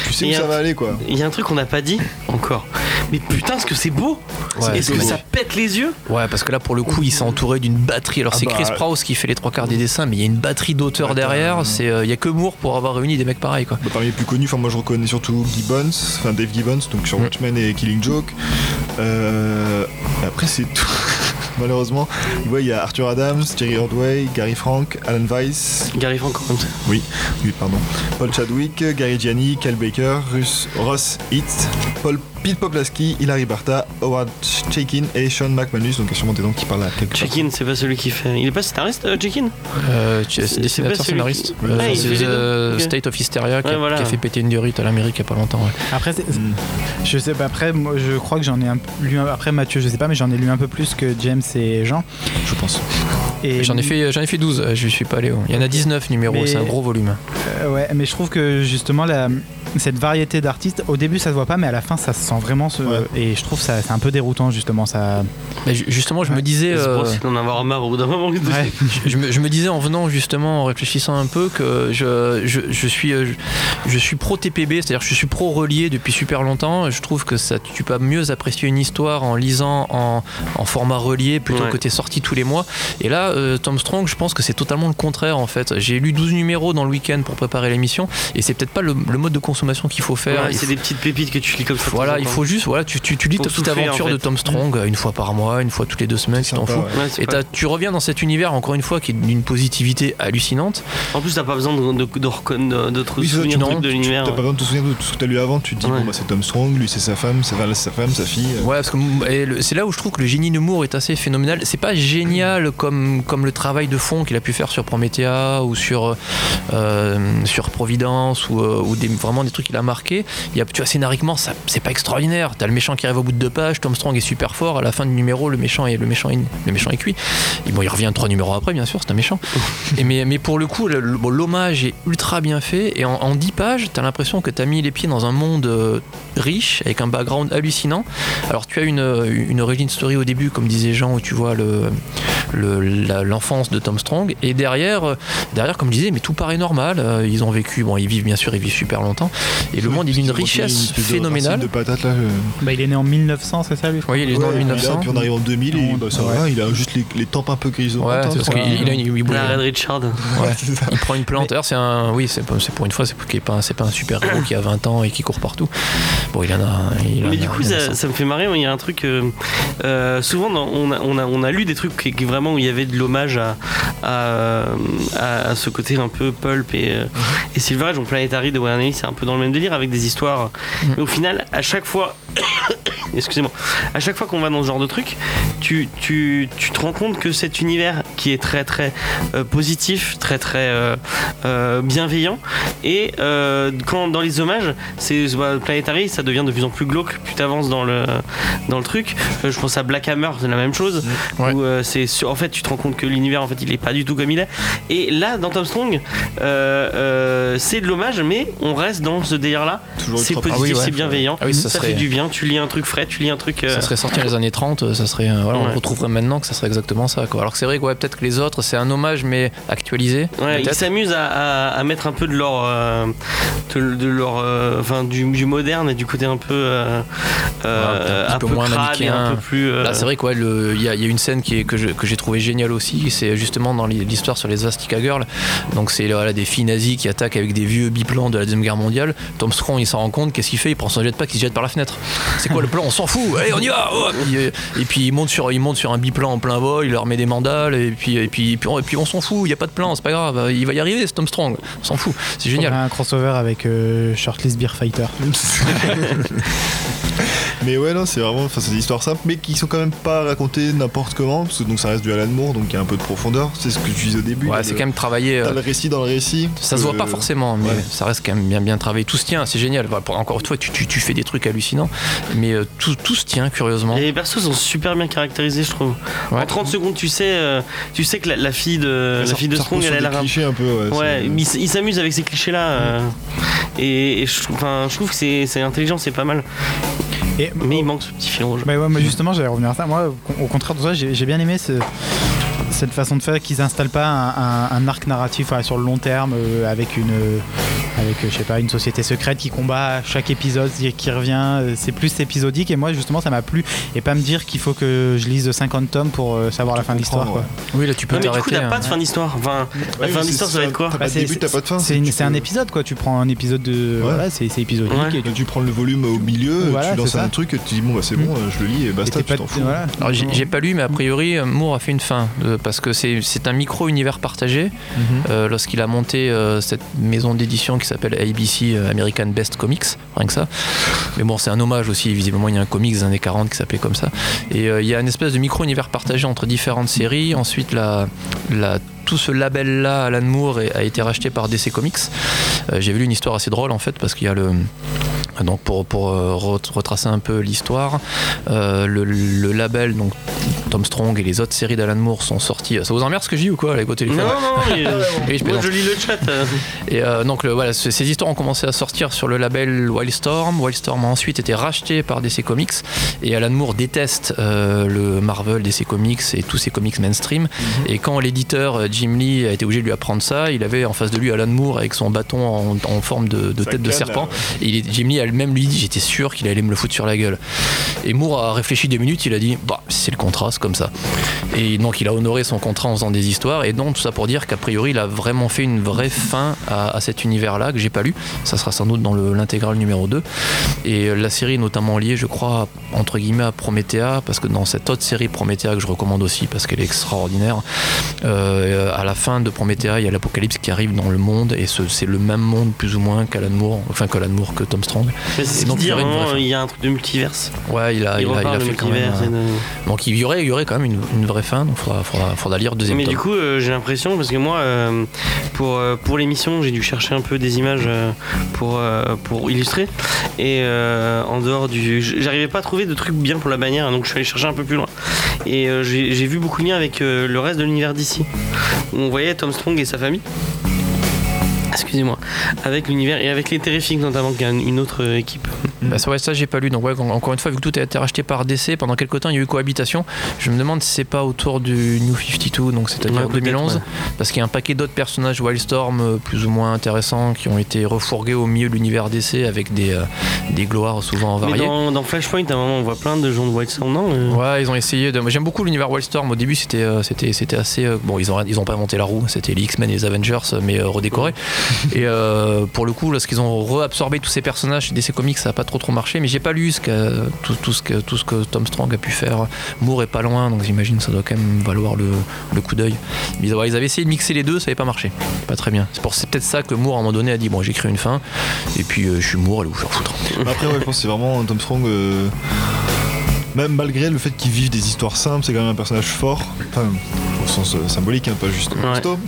Tu sais
Et
où
un-
ça va aller quoi.
Il y a un truc qu'on n'a pas dit encore. Mais putain, ce que c'est beau
Ouais,
Est-ce
c'est
que
beau.
ça pète les yeux
Ouais, parce que là, pour le coup, il s'est entouré d'une batterie. Alors,
Ah
c'est
bah,
Chris Prowse qui fait les trois quarts des dessins, mais il y a une batterie d'auteurs
Attends.
derrière. C'est, euh, il y a que Moore pour avoir réuni des mecs pareils, quoi.
Bah, parmi les plus connus, enfin moi je reconnais surtout Gibbons, enfin Dave Gibbons, donc sur
Mm.
Watchmen et Killing Joke. Euh, après c'est tout. Malheureusement, Ouais, il y a Arthur Adams, Jerry Ordway, Gary Frank, Alan Weiss,
Gary Frank, quand même.
Oui, pardon. Paul Chadwick, Gary Gianni, Cal Baker, Russ, Ross Hitz, Paul Pete Poplaski, Hilary Barta, Howard Chaykin et Sean McManus, donc sûrement des noms qui parlent à quelque chose.
Check-in, c'est pas celui qui fait. Il est pas scénariste, euh, Check-in
Euh, tu-
C'est-
c'est
c'est pas
dessinateur,
celui qui-
scénariste.
Ouais,
Euh,
il
c'est
fait les
The
deux. Ok.
State of Hysteria qui, a-
Ouais, voilà.
qui a fait péter une durite à l'Amérique il y a pas longtemps. ouais.
Après, c'est-
Hmm.
Mm.
je sais pas, après, moi, je crois que j'en ai un, lu un- après Mathieu, je sais pas, mais j'en ai lu un peu plus que James et Jean.
Je pense.
Et
J'en ai fait, j'en ai fait 12. euh, Je suis pas allé. ouais. Il y en a 19 numéros.
Mais-
C'est un gros volume.
Euh, ouais, mais je trouve que justement la, cette variété d'artistes, au début ça se voit pas, mais à la fin ça se sent vraiment. ce-
Ouais.
Et je trouve ça c'est un peu déroutant justement. Ça.
Mais ju- justement, je me disais.
C'est
euh,
pour d'en avoir marre au bout d'un moment. les deux.
Ouais.
je, je me, je me disais en venant justement en réfléchissant un peu que je, je, je suis euh, je, je suis pro TPB c'est à dire que je suis pro relié depuis super longtemps je trouve que ça tu peux mieux apprécier une histoire en lisant en, en format relié plutôt
Ouais.
que t'es sorti tous les mois et là euh, Tom Strong je pense que c'est totalement le contraire en fait j'ai lu 12 numéros dans le week-end pour préparer l'émission et c'est peut-être pas le, le mode de consommation qu'il faut faire
Ouais,
Il
c'est des petites pépites que tu lis comme ça. de temps
voilà,
en
il
temps.
faut juste, voilà, tu, tu, tu lis
Pour
ta petite
souffler, en
aventure
fait.
de Tom Strong euh, une fois par mois, une fois toutes les deux semaines, tu t'en
Sympa,
fous.
ouais.
Ouais, c'est
Et
pas-
t'as- tu reviens dans cet univers, encore une fois, qui est d'une positivité hallucinante.
En plus, t'as pas besoin de, de, de, recon- de, de te
Oui, c'est ça,
souvenir
tu-
truc de
tu-
l'univers. euh,
T'as pas besoin de te souvenir de tout ce que t'as lu avant, tu te dis,
Ouais.
bon bah c'est Tom Strong, lui c'est sa femme, c'est enfin, là, c'est sa femme, sa fille. euh.
Ouais, parce que et le- c'est là où je trouve que le génie de Moore est assez phénoménal. C'est pas génial comme, comme le travail de fond qu'il a pu faire sur Promethea ou sur, euh, sur Providence ou, euh, ou des, vraiment des trucs qu'il a marqué. Il y a, tu vois, scénariquement, ça- c'est pas extraordinaire. T'as le méchant qui arrive au bout de deux pages, Tom Strong est super fort. À la fin du numéro, le méchant est, le méchant est, le méchant est cuit. Et bon, il revient trois numéros après, bien sûr, c'est un méchant. Et mais, mais pour le coup, le- le- bon, l'hommage est ultra bien fait. Et en, en 10 pages, t'as l'impression que t'as mis les pieds dans un monde euh, riche, avec un background hallucinant. Alors, tu as une, euh, une origin story au début, comme disait Jean, où tu vois le, le- la- l'enfance de Tom Strong. Et derrière, euh, derrière, comme je disais, mais tout paraît normal. Euh, Ils ont vécu, bon, ils vivent bien sûr, ils vivent super longtemps. Et le monde est d'une richesse phénoménale.
De patates là. euh.
Bah, il est né en 1900, c'est ça lui. je crois
Oui, il est né en
Ouais, et puis là,
1900.
Puis on arrive en 2000 et
Non,
bah, ça
ouais.
va, il a juste les, les tempes un peu grisonnantes.
Ouais,
hein,
c'est parce
sur-
crois.
qu'il il a une, il bouge-
La Red Richard.
ouais.
c'est ça.
Il prend une plante. Alors, c'est un. Oui, c'est pas- c'est pour une fois, c'est qu'il est pas un- c'est pas un super héros qui a 20 ans et qui court partout. Bon, il en a. il en
Mais
a-
du coup,
il en a
ça,
cinq.
ça me fait marrer. Il y a un truc. euh, euh, souvent, dans- on, a, on, a, on a lu des trucs qui, qui vraiment où il y avait de l'hommage à, à, à- à ce côté un peu pulp et, euh, et Silver Age. Donc, Planetary de Warren Ellis, c'est un peu dans le même délire avec des histoires.
Mhm.
Mais au final, à chaque fois. Excusez-moi. À chaque fois qu'on va dans ce genre de truc, tu, tu, tu te rends compte que cet univers qui est très très euh, positif, très très euh, euh, bienveillant, et euh, quand dans les hommages, c'est bah, Planetary, ça devient de plus en plus glauque. Plus t'avances dans le dans le truc. Euh, je pense à Black Hammer, c'est la même chose.
Mm. Ouais.
Où, euh, c'est sur- en fait, tu te rends compte que l'univers, en fait, il est pas du tout comme il est. Et là, dans Tom Strong, euh, euh, c'est de l'hommage, mais on reste dans ce délire-là.
Toujours
C'est
ultra-
positif,
Ah oui, ouais.
c'est bienveillant.
Ah oui, ça serait-
fait du bien. Tu lis un truc frais, tu lis un truc. euh,
Ça serait sorti dans les années 30, ça serait, euh, voilà,
Ouais.
on retrouverait maintenant que ça serait exactement ça. Quoi. Alors que c'est vrai que ouais, peut-être que les autres, c'est un hommage mais actualisé.
Ouais, ils
peut-être.
s'amusent à, à- à mettre un peu de leur, euh, de, de leur, euh, enfin du, du moderne et du côté un peu, euh, euh,
un
un
petit
peu,
peu moins
crade et un
manichéen.
peu plus. euh,
Là, c'est vrai qu'il ouais, le- il y, a il y a une scène qui est, que je- que j'ai trouvée géniale aussi, c'est justement dans l'hi- l'histoire sur les Vastica Girls. Donc, c'est voilà, des filles nazies qui attaquent avec des vieux biplans de la Deuxième Guerre mondiale. Tom Strong, il s'en rend compte, qu'est-ce qu'il fait Il prend son jetpack, il se jette par la fenêtre. C'est quoi le plan On s'en fout, allez on y va oh. et, puis, euh, et puis il monte sur, il monte sur un biplan en plein vol, il leur met des mandales, et puis, et puis, et puis, on, et puis on s'en fout, il n'y a pas de plan, c'est pas grave, il va y arriver ce Tom Strong, on s'en fout, c'est génial.
un crossover avec euh, Shirtless Beer Fighter.
Mais ouais, non, c'est vraiment enfin, c'est des histoires simples, mais qui sont quand même pas racontées n'importe comment, parce que donc ça reste du Alan Moore, donc il y a un peu de profondeur. C'est ce que tu disais au début.
Ouais,
là,
c'est
le-
quand même travaillé. euh,
T'as le récit dans le récit.
Ça se voit
Euh,
pas forcément, mais
ouais.
ça reste quand même bien, bien travaillé. Tout se tient, c'est génial. Voilà, pour- Encore une fois, tu, tu- tu fais des trucs hallucinants, mais euh, tout, tout se tient, curieusement.
Les persos sont super bien caractérisés, je trouve.
Ouais.
En 30 secondes, tu sais, euh, tu sais que la, la fille de, Euh, la
ça-
fille de
ça
Strong,
repose sur
elle a
des
l'air un
clichés un peu. Ouais,
Ouais,
c'est-
mais il s- il s'amuse avec ces clichés-là.
Mm.
euh, et et je, trouve- enfin, je trouve que c'est c'est intelligent, c'est pas mal.
Et,
Mais il manque ce petit fil rouge.
Bah ouais, moi justement, j'allais revenir à ça. Moi, au au contraire de toi, j'ai j'ai bien aimé ce- cette façon de faire qu'ils n'installent pas un, un- un arc narratif ouais, sur le long terme euh, avec une, euh, avec euh, je sais pas, une société secrète qui combat à chaque épisode et qui revient. euh, C'est plus épisodique et moi justement, ça m'a plu et pas me dire qu'il faut que je lise 50 tomes pour euh, savoir la fin de l'histoire.
comprendre,
quoi.
Oui, là, tu peux
Non, mais du coup,
t'arrêter.
t'as pas
hein.
de fin d'histoire. Enfin, la
Ouais,
fin
mais
d'histoire,
c'est
ça va être quoi
T'as pas de
Bah,
début,
c'est-
t'as pas de fin.
C'est une-
tu
c'est un
peux-
épisode quoi. Tu prends un épisode de,
Ouais.
voilà, c'est c'est épisodique
Ouais.
et tu-
Donc tu prends le volume au milieu,
Voilà,
tu lances
c'est ça.
un truc, et tu dis bon bah c'est bon, euh, je le lis et
et
basta,
t'es
tu
pas-
t'en fous.
voilà.
Alors, j'ai j'ai pas lu,
Mm.
mais a priori, euh, Moore a fait une fin. euh, parce que c'est c'est un micro-univers partagé.
Mhm.
Mm-hmm.
euh, Lorsqu'il a monté euh, cette maison d'édition qui s'appelle ABC, euh, American Best Comics, rien que ça. Mais bon, c'est un hommage aussi. Visiblement, il y a un comics des années 40 qui s'appelait comme ça. Et euh, il y a une espèce de micro-univers partagé entre différentes séries. Ensuite, la, la- tout ce label-là, Alan Moore, est- a été racheté par DC Comics. Euh, J'ai vu une histoire assez drôle en fait, parce qu'il y a le. Donc pour, pour euh, re- retracer un peu l'histoire, euh, le, le label, donc Tom Strong et les autres séries d'Alan Moore sont sorties. Ça vous emmerde ce que je dis ou quoi les côtés
Non, non, non, il-
Oui, je
moi
plaisante.
je lis le chat. euh.
Et euh, donc le- voilà, ce- ces histoires ont commencé à sortir sur le label Wildstorm. Wildstorm a ensuite été racheté par DC Comics. Et Alan Moore déteste euh, le Marvel, DC Comics et tous ces comics mainstream. Et quand l'éditeur euh, Jim Lee a été obligé de lui apprendre ça, il avait en face de lui Alan Moore avec son bâton en, en forme de, de
Ça
tête de
canne, euh,
serpent. Et il est- Jim Lee elle-même lui dit J'étais sûr qu'il allait me le foutre sur la gueule. Et Moore a réfléchi deux minutes, il a dit Bah, c'est le contrat, c'est comme ça. Et donc il a honoré son contrat en faisant des histoires. Et donc tout ça pour dire qu'a priori il a vraiment fait une vraie fin à, à cet univers-là que j'ai pas lu. Ça sera sans doute dans le- l'intégrale numéro 2. Et euh, la série est notamment liée, je crois, entre guillemets à Promethea, parce que dans cette autre série Promethea que je recommande aussi parce qu'elle est extraordinaire, euh, à la fin de Promethea, il y a l'apocalypse qui arrive dans le monde et ce- c'est le même monde plus ou moins qu'Alan Moore, enfin qu'Alan Moore que Tom Strong.
Mais c'est ce
Et donc,
qu'il dit, à un
il y aurait une
moment,
vraie fin.
il y a un truc de multiverse.
Ouais, il a,
il
il a- il a
repart de
fait quand même.
multiverse. et
euh,
de-
Donc il y aurait, il y aurait quand même une, une vraie fin. Donc faudra, faudra, faudra lire le deuxième.
Mais
tome.
du coup, euh, j'ai l'impression, parce que moi, euh, pour, euh, pour l'émission, j'ai dû chercher un peu des images euh, pour, euh, pour illustrer. Et euh, en dehors du. J'arrivais pas à trouver de trucs bien pour la bannière, hein, donc je suis allé chercher un peu plus loin. Et euh, j'ai j'ai vu beaucoup de liens avec euh, le reste de l'univers d'ici. Où on voyait Tom Strong et sa famille. Excusez-moi. Avec l'univers et avec les Terrifics notamment, qui est une autre euh, équipe.
Bah, ça, ouais, ça j'ai pas lu. Donc ouais, en- encore une fois, vu que tout a été racheté par DC, pendant quelques temps il y a eu cohabitation. Je me demande si c'est pas autour du New 52, donc
Ouais,
c'est-à-dire
peut-être,
2011,
ouais.
parce qu'il y a un paquet d'autres personnages Wildstorm euh, plus ou moins intéressants qui ont été refourgués au milieu de l'univers DC avec des, euh, des gloires souvent
Mais
variées.
dans, dans Flashpoint, à un moment, on voit plein de gens de White Sound, non euh,
Ouais, ils ont essayé de. moi, J'aime beaucoup l'univers Wildstorm. Au début, c'était, euh, c'était, c'était assez. euh, bon, ils ont, ils ont pas inventé la roue. C'était les X-Men et les Avengers, euh, mais euh, redécorés. Et euh, pour le coup, lorsqu'ils ont réabsorbé tous ces personnages chez DC Comics, ça a pas trop trop marché. Mais j'ai pas lu ce que, tout, tout ce que, tout ce que Tom Strong a pu faire. Moore est pas loin, donc j'imagine que ça doit quand même valoir le, le coup d'œil. Mais ils, ouais, ils avaient essayé de mixer les deux, ça avait pas marché. Pas très bien. C'est, pour, c'est peut-être ça que Moore à un moment donné a dit bon, j'écris une fin. Et puis euh, je suis Moore, allez vous faire foutre.
Mais Après ouais, je pense que c'est vraiment Tom Strong. euh, Même malgré le fait qu'il vive des histoires simples, c'est quand même un personnage fort, enfin, au sens euh, symbolique, hein, pas juste
Ouais.
costaud.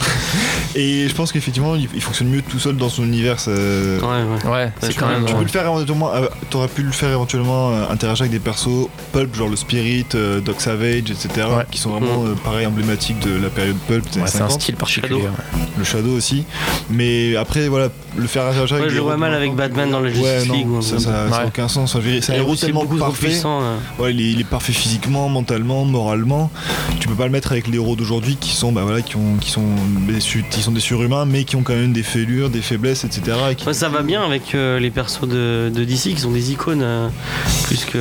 Et je pense qu'effectivement, il, il fonctionne mieux tout seul dans son univers. ça-
Ouais, ouais.
Ouais,
c'est quand même-
Tu
Ouais.
peux le faire éventuellement, euh, t'aurais pu le faire éventuellement euh, interagir avec des persos pulp, genre le Spirit, euh, Doc Savage, etc.,
Ouais.
qui sont vraiment
Mm.
euh, pareil emblématiques de la période pulp des
Ouais,
années
c'est un
50.
style particulier.
Shadow.
ouais.
le Shadow aussi. Mais après, voilà, le faire interagir
Ouais,
avec
je
des
le vois
héros
mal
de-
avec Batman dans la
Ouais,
Justice League.
non,
ou-
ça, ça, ça a
Ouais.
aucun sens. Enfin, je veux dire, C'est un
Et
héros
aussi
tellement
beaucoup trop
parfait.
puissant, euh.
Ouais, il est, il est parfait physiquement, mentalement, moralement. Tu peux pas le mettre avec les héros d'aujourd'hui qui sont, bah voilà, qui ont, qui sont, des, su- qui sont des surhumains, mais qui ont quand même des fêlures, des faiblesses, etc. et qui-
Ouais, ça va bien avec euh, les persos de, de DC qui sont des icônes euh, plus que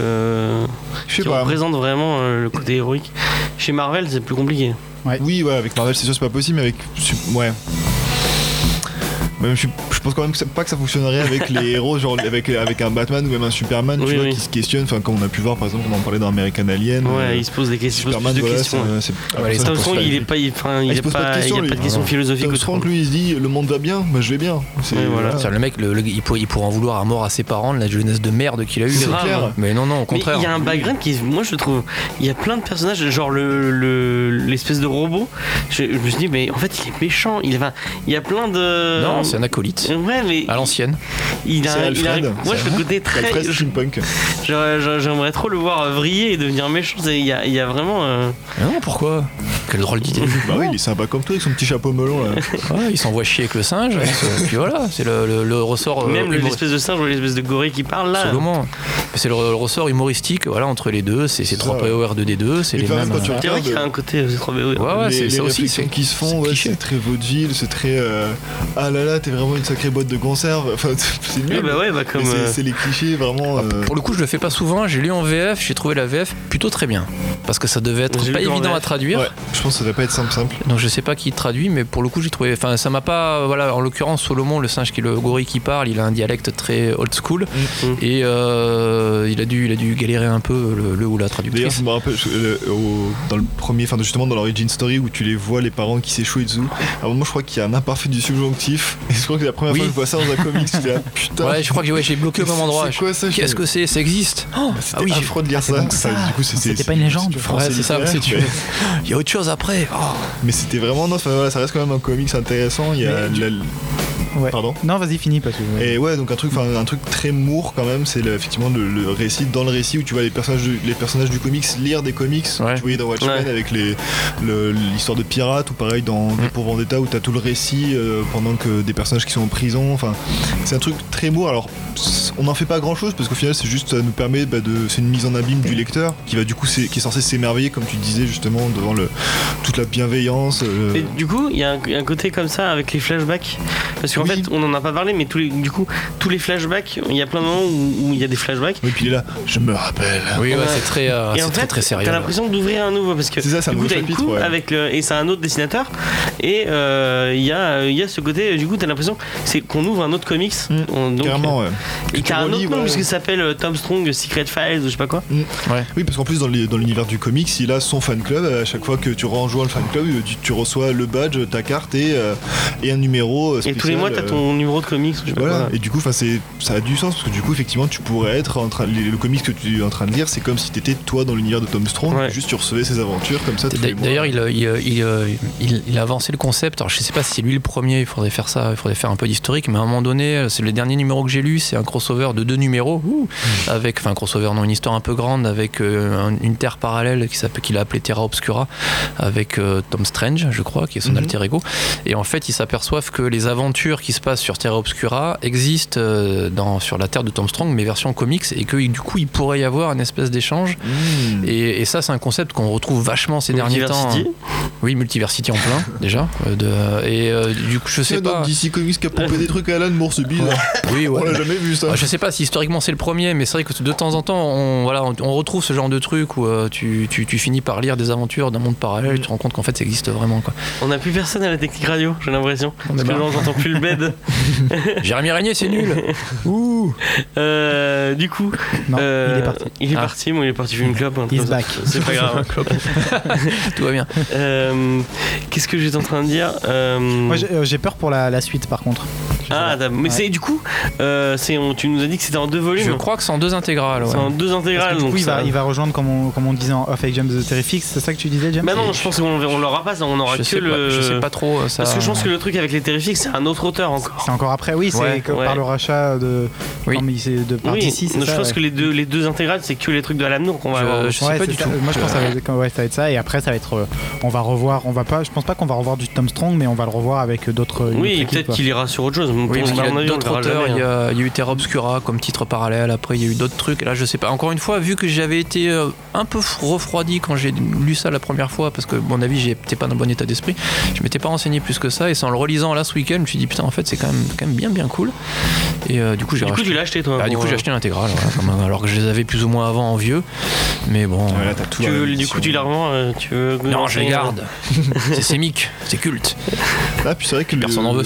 je sais
qui
pas.
représentent vraiment euh, le côté héroïque. Chez Marvel, c'est plus compliqué.
Oui, ouais, avec Marvel, c'est sûr, c'est pas possible, mais avec, ouais. Même je, suis- je pense quand même que ça- pas que ça fonctionnerait avec les héros, genre avec, avec un Batman ou même un Superman,
Oui,
tu vois,
oui.
qui se questionne. Enfin, comme on a pu voir, par exemple, on en parlait dans American Alien. euh,
Ouais, il se pose des questions. Il se pose
Superman,
plus de
voilà,
questions. hein. ouais.
c'est- c'est-
Ouais, les
ça,
Tom
pour
Strong,
se
il
faire-
est pas, il, enfin, il,
Ah, il
a
se pose
pas,
pas de questions,
il y a
lui.
pas de questions
Voilà.
philosophiques.
Tom
autour.
Strong, lui, il se dit le monde va bien, bah, je vais bien. C'est
Ouais, voilà.
C'est-à-dire, Le mec, le, le- il, pourrait, il pourrait en vouloir à mort à ses parents de la jeunesse de merde qu'il a eue.
C'est grave.
clair.
Mais non, non, au
Mais
contraire.
il
hein.
y a un background qui, moi je le trouve, il y a plein de personnages, genre le- le- l'espèce de robot. Je, je me suis dit, mais en fait il est méchant. Il, enfin, il y a plein de.
Non, c'est un acolyte.
Ouais, mais
À l'ancienne.
il
C'est
a, il a-
Alfred.
moi je le côté très.
Alfred Steampunk.
j'aurais- j'aurais- J'aimerais trop le voir vriller et devenir méchant. C'est- Il y a, il y a vraiment. euh,
Ah non, pourquoi Quelle drôle d'idée.
Bah oui, il est sympa comme toi avec son petit chapeau melon là.
Ouais, il s'envoie chier avec le singe. avec ce- puis voilà, c'est le, le- le ressort. euh,
même
humor-
l'espèce de singe ou l'espèce de gorille qui parle là.
Absolument. C'est le, le ressort humoristique voilà, entre les deux. C'est ces
C'est ça,
3PO, R2D2. C'est
Et
les
quand même,
mêmes.
quand tu
euh,
C'est vrai qu'il y a
regardes.
hein. un côté euh, c'est trop bien, ouais.
Ouais, ouais,
les,
c'est
les
ça aussi.
réflexions
C'est
qui se
c'est
font, ouais,
cliché.
c'est très vaudeville, c'est très euh, ah là là, t'es vraiment une sacrée boîte de conserve. Enfin, c'est nul.
Ouais, bah ouais, bah comme.
Mais c'est-
euh,
c'est les clichés vraiment. euh,
Ah, Pour le coup, je le fais pas souvent. J'ai lu en VF, j'ai trouvé la VF plutôt très bien. Parce que ça devait être
J'ai
pas
lu en
évident
VF.
à traduire.
ouais, je pense que ça va pas être simple simple.
Donc je sais pas qui traduit, mais pour le coup j'ai trouvé. Enfin, ça m'a pas. Voilà, en l'occurrence Solomon, le singe qui est le gorille qui parle, il a un dialecte très old school
Mhm.
et euh, il a dû, il a dû galérer un peu le, le ou la
D'ailleurs,
traductrice.
ça me rappelle je- euh, au- dans le premier, enfin justement dans l'origin story où tu les vois les parents qui s'échouent et tout. À un moment, je crois qu'il y a un imparfait du subjonctif. Et je crois que la première
Oui.
fois que je vois ça dans un comics, j'étais là putain.
Ouais, je crois que ouais, j'ai bloqué au même endroit.
C'est quoi ça
Qu'est-ce que c'est Ça existe Oh,
C'était
Ah oui, j'ai-
affreux de lire ça.
donc ça.
du coup, c'était
C'était
c'est-
pas une légende.
du
Ouais,
français
c'est ça,
littéraire,
c'est tu.
mais-
Il y a autre chose après. Oh.
Mais c'était vraiment non, enfin, voilà, ça reste quand même un comics intéressant. Il y a
Mais du-
la-
Ouais.
Pardon.
Non, vas-y, finis parce que.
Et ouais, donc un truc, enfin, un truc très mour quand même, c'est le- effectivement le, le récit dans le récit où tu vois les personnages, du- les personnages du comics lire des comics.
Ouais.
Tu voyais dans Watchmen
Ouais.
avec les le- l'histoire de pirates ou pareil dans V pour Vendetta où t'as tout le récit euh, pendant que des personnages qui sont en prison. Enfin, c'est un truc très mour. Alors, c'est- on n'en fait pas grand chose parce qu'au final, c'est juste ça nous permet bah, de, c'est une mise en abîme du lecteur qui va du coup, c'est- qui est censé s'émerveiller comme tu disais justement devant le toute la bienveillance. euh,
Mais du coup, il y a un, un côté comme ça avec les flashbacks. Parce qu'en
Oui.
fait, on en a pas parlé, mais tous les, du coup, tous les flashbacks, il y a plein de moments où où il y a des flashbacks.
Oui, puis il est là, je me rappelle.
Oui, ouais,
Ouais.
c'est très, euh,
Ah,
Et
c'est
en
très,
fait,
très sérieux.
t'as l'impression d'ouvrir un nouveau parce que
C'est ça, c'est un
du coup,
nouveau
t'as une
chapitre,
coupe
ouais.
avec le, et c'est un autre dessinateur et euh, il y a il y a ce côté du coup t'as l'impression que c'est qu'on ouvre un autre comics
Mm.
On- donc,
Carrément, ouais.
et
tu
t'as un
relis,
autre nom
ouais.
parce que ça s'appelle euh, Tom Strong Secret Files ou je sais pas quoi
Oui, parce qu'en plus, dans les- dans l'univers du comics, il a son fan club. À chaque fois que tu rejoins le fan club, tu, tu reçois le badge, ta carte et, euh, et un numéro. euh,
et
Spécial,
tous les mois t'as
euh,
ton numéro de comics ou je sais pas
Voilà,
quoi
et du coup, enfin, c'est- ça a du sens parce que du coup, effectivement, tu pourrais être en train. les- Le comics que tu es en train de lire, c'est comme si t'étais toi dans l'univers de Tom Strong,
Ouais.
juste tu recevais ses aventures comme ça. tous les mois.
D'ailleurs, il, euh, il, euh, il, euh, il- il a avancé le concept. Alors, je sais pas si c'est lui le premier, il faudrait faire ça, il faudrait faire un peu d'historique, mais à un moment donné, euh, c'est le dernier numéro que j'ai lu, c'est un crossover de deux numéros, ouh,
Mmh.
avec, enfin, crossover, non, une histoire un peu grande, avec euh, un- une terre parallèle qui s'appelle- qu'il a appelée Terra Obscura, avec euh, Tom Strange, je crois, qui est son
Mhm.
alter ego. Et en fait, ils s'aperçoivent que les aventures qui se passent sur Terra Obscura existent euh, dans, sur la terre de Tom Strong, mais version comics, et que du coup, il pourrait y avoir une espèce d'échange
Mmh.
et, et ça, c'est un concept qu'on retrouve vachement ces derniers temps. hein.
Multiversity.
Oui, Multiversity en plein, déjà. Euh, de- et euh, du coup, je sais
Tiens donc,
pas.
DC Comics qui a pompé des trucs à Alan Moore, c'est bizarre.
Oui, ouais.
On l'a jamais vu ça.
Ah, Je sais pas si historiquement c'est le premier, mais c'est vrai que de temps en temps, on, voilà, on- on retrouve ce genre de truc où euh, tu, tu- tu finis par lire des aventures d'un monde parallèle et tu te rends compte qu'en fait ça existe vraiment. Quoi.
on a plus personne à la technique radio j'ai l'impression
On
parce
est
que
marre.
non j'entends plus le bed
Jérémy Régnier, c'est nul Ouh
Euh, du coup,
Non,
euh,
il est parti.
Il est
Ah.
parti, bon, il est parti fumer une clope. hein,
He's
comme ça.
back.
C'est pas grave.
Tout va bien.
Euh, Qu'est-ce que j'étais en train de dire Euh,
Moi, j'ai- euh, j'ai peur pour la, la suite, par contre.
Ah, d'accord. mais
Ouais.
c'est du coup, euh, c'est on- tu nous as dit que c'était en deux
Je
volumes.
crois que c'est en deux intégrales. ouais.
C'est en deux
Parce que
intégrales.
du
donc
coup, il
ça-
va, il va rejoindre, comme on, comme on disait en Off avec James de Terrifix, c'est ça que tu disais, James
Bah non, je pense qu'on on l'aura pas, ça, on aura
je,
que
sais pas,
le.
je sais pas trop. euh, Ça...
Parce que je pense que le truc avec les terrifiques, c'est un autre auteur encore.
C'est encore après, oui, c'est
Ouais,
que
ouais.
par le rachat de,
Oui.
non, mais c'est de
Ah,
par
Oui,
DC, c'est
je
ça,
pense
ouais.
que les deux, les deux intégrales, c'est que les trucs de Alan Moore qu'on va
Je-
avoir.
je sais
Ouais,
pas
c'est
du
ça.
tout.
Moi, je pense que ça va, être, ouais, ça va être ça. Et après, ça va être. euh, on va revoir. On va pas. Je pense pas qu'on va revoir du Tom Strong, mais on va le revoir avec d'autres. une autre
Oui,
équipe,
peut-être
quoi.
qu'il ira sur autre chose.
Oui,
Pour-
parce qu'il
à mon
y a
avis, on le
d'autres
verra
auteurs,
jamais,
il y,
hein.
a, il y a eu Terra Obscura comme titre parallèle, après il y a eu d'autres trucs, là je sais pas. Encore une fois, vu que j'avais été euh, un peu f- refroidi quand j'ai lu ça la première fois, parce que à mon avis j'étais pas dans le bon état d'esprit, je m'étais pas renseigné plus que ça, et c'est en le relisant là ce week-end, je me suis dit putain en fait c'est quand même, quand même bien bien cool. Et euh, du coup j'ai
Du coup,
racheté.
tu l'as acheté toi.
Ah, du
pour,
coup j'ai
euh,
acheté l'intégrale, voilà, quand même, alors que je les avais plus ou moins avant en vieux, mais bon.
Ouais,
euh,
là, t'as tout
Tu
la
veux-
même
du
édition.
coup, tu la revends, euh, tu veux.
Non, je les garde. c'est sémique, c'est culte.
Ah, puis c'est vrai que le-
Personne n'en veut.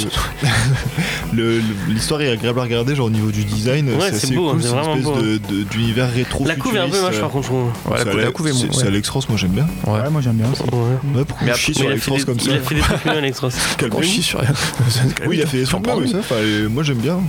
le- le- l'histoire est agréable à regarder, genre au niveau du design.
Ouais, c'est
assez
beau, hein,
cool,
c'est
c'est une
vraiment
espèce
beau.
de- de- d'univers rétro. euh,
La couve est un peu moche par contre, je trouve.
Ouais, la cou- la couve est mou-
C'est
ouais.
Alex Ross, moi j'aime bien.
Ouais.
Ouais, moi j'aime bien aussi.
Ouais.
Ouais, pourquoi
Mais
on
après,
chie
Mais
sur
il, a
Alex
fait
Ross
des,
comme ça
il a fait des trucs mieux, Alex Ross.
On
Calmez-vous.
chie sur rien.
Oui, il a fait des
J'en
trucs bien,
prends
mais
une.
ça, enfin, euh, moi j'aime bien.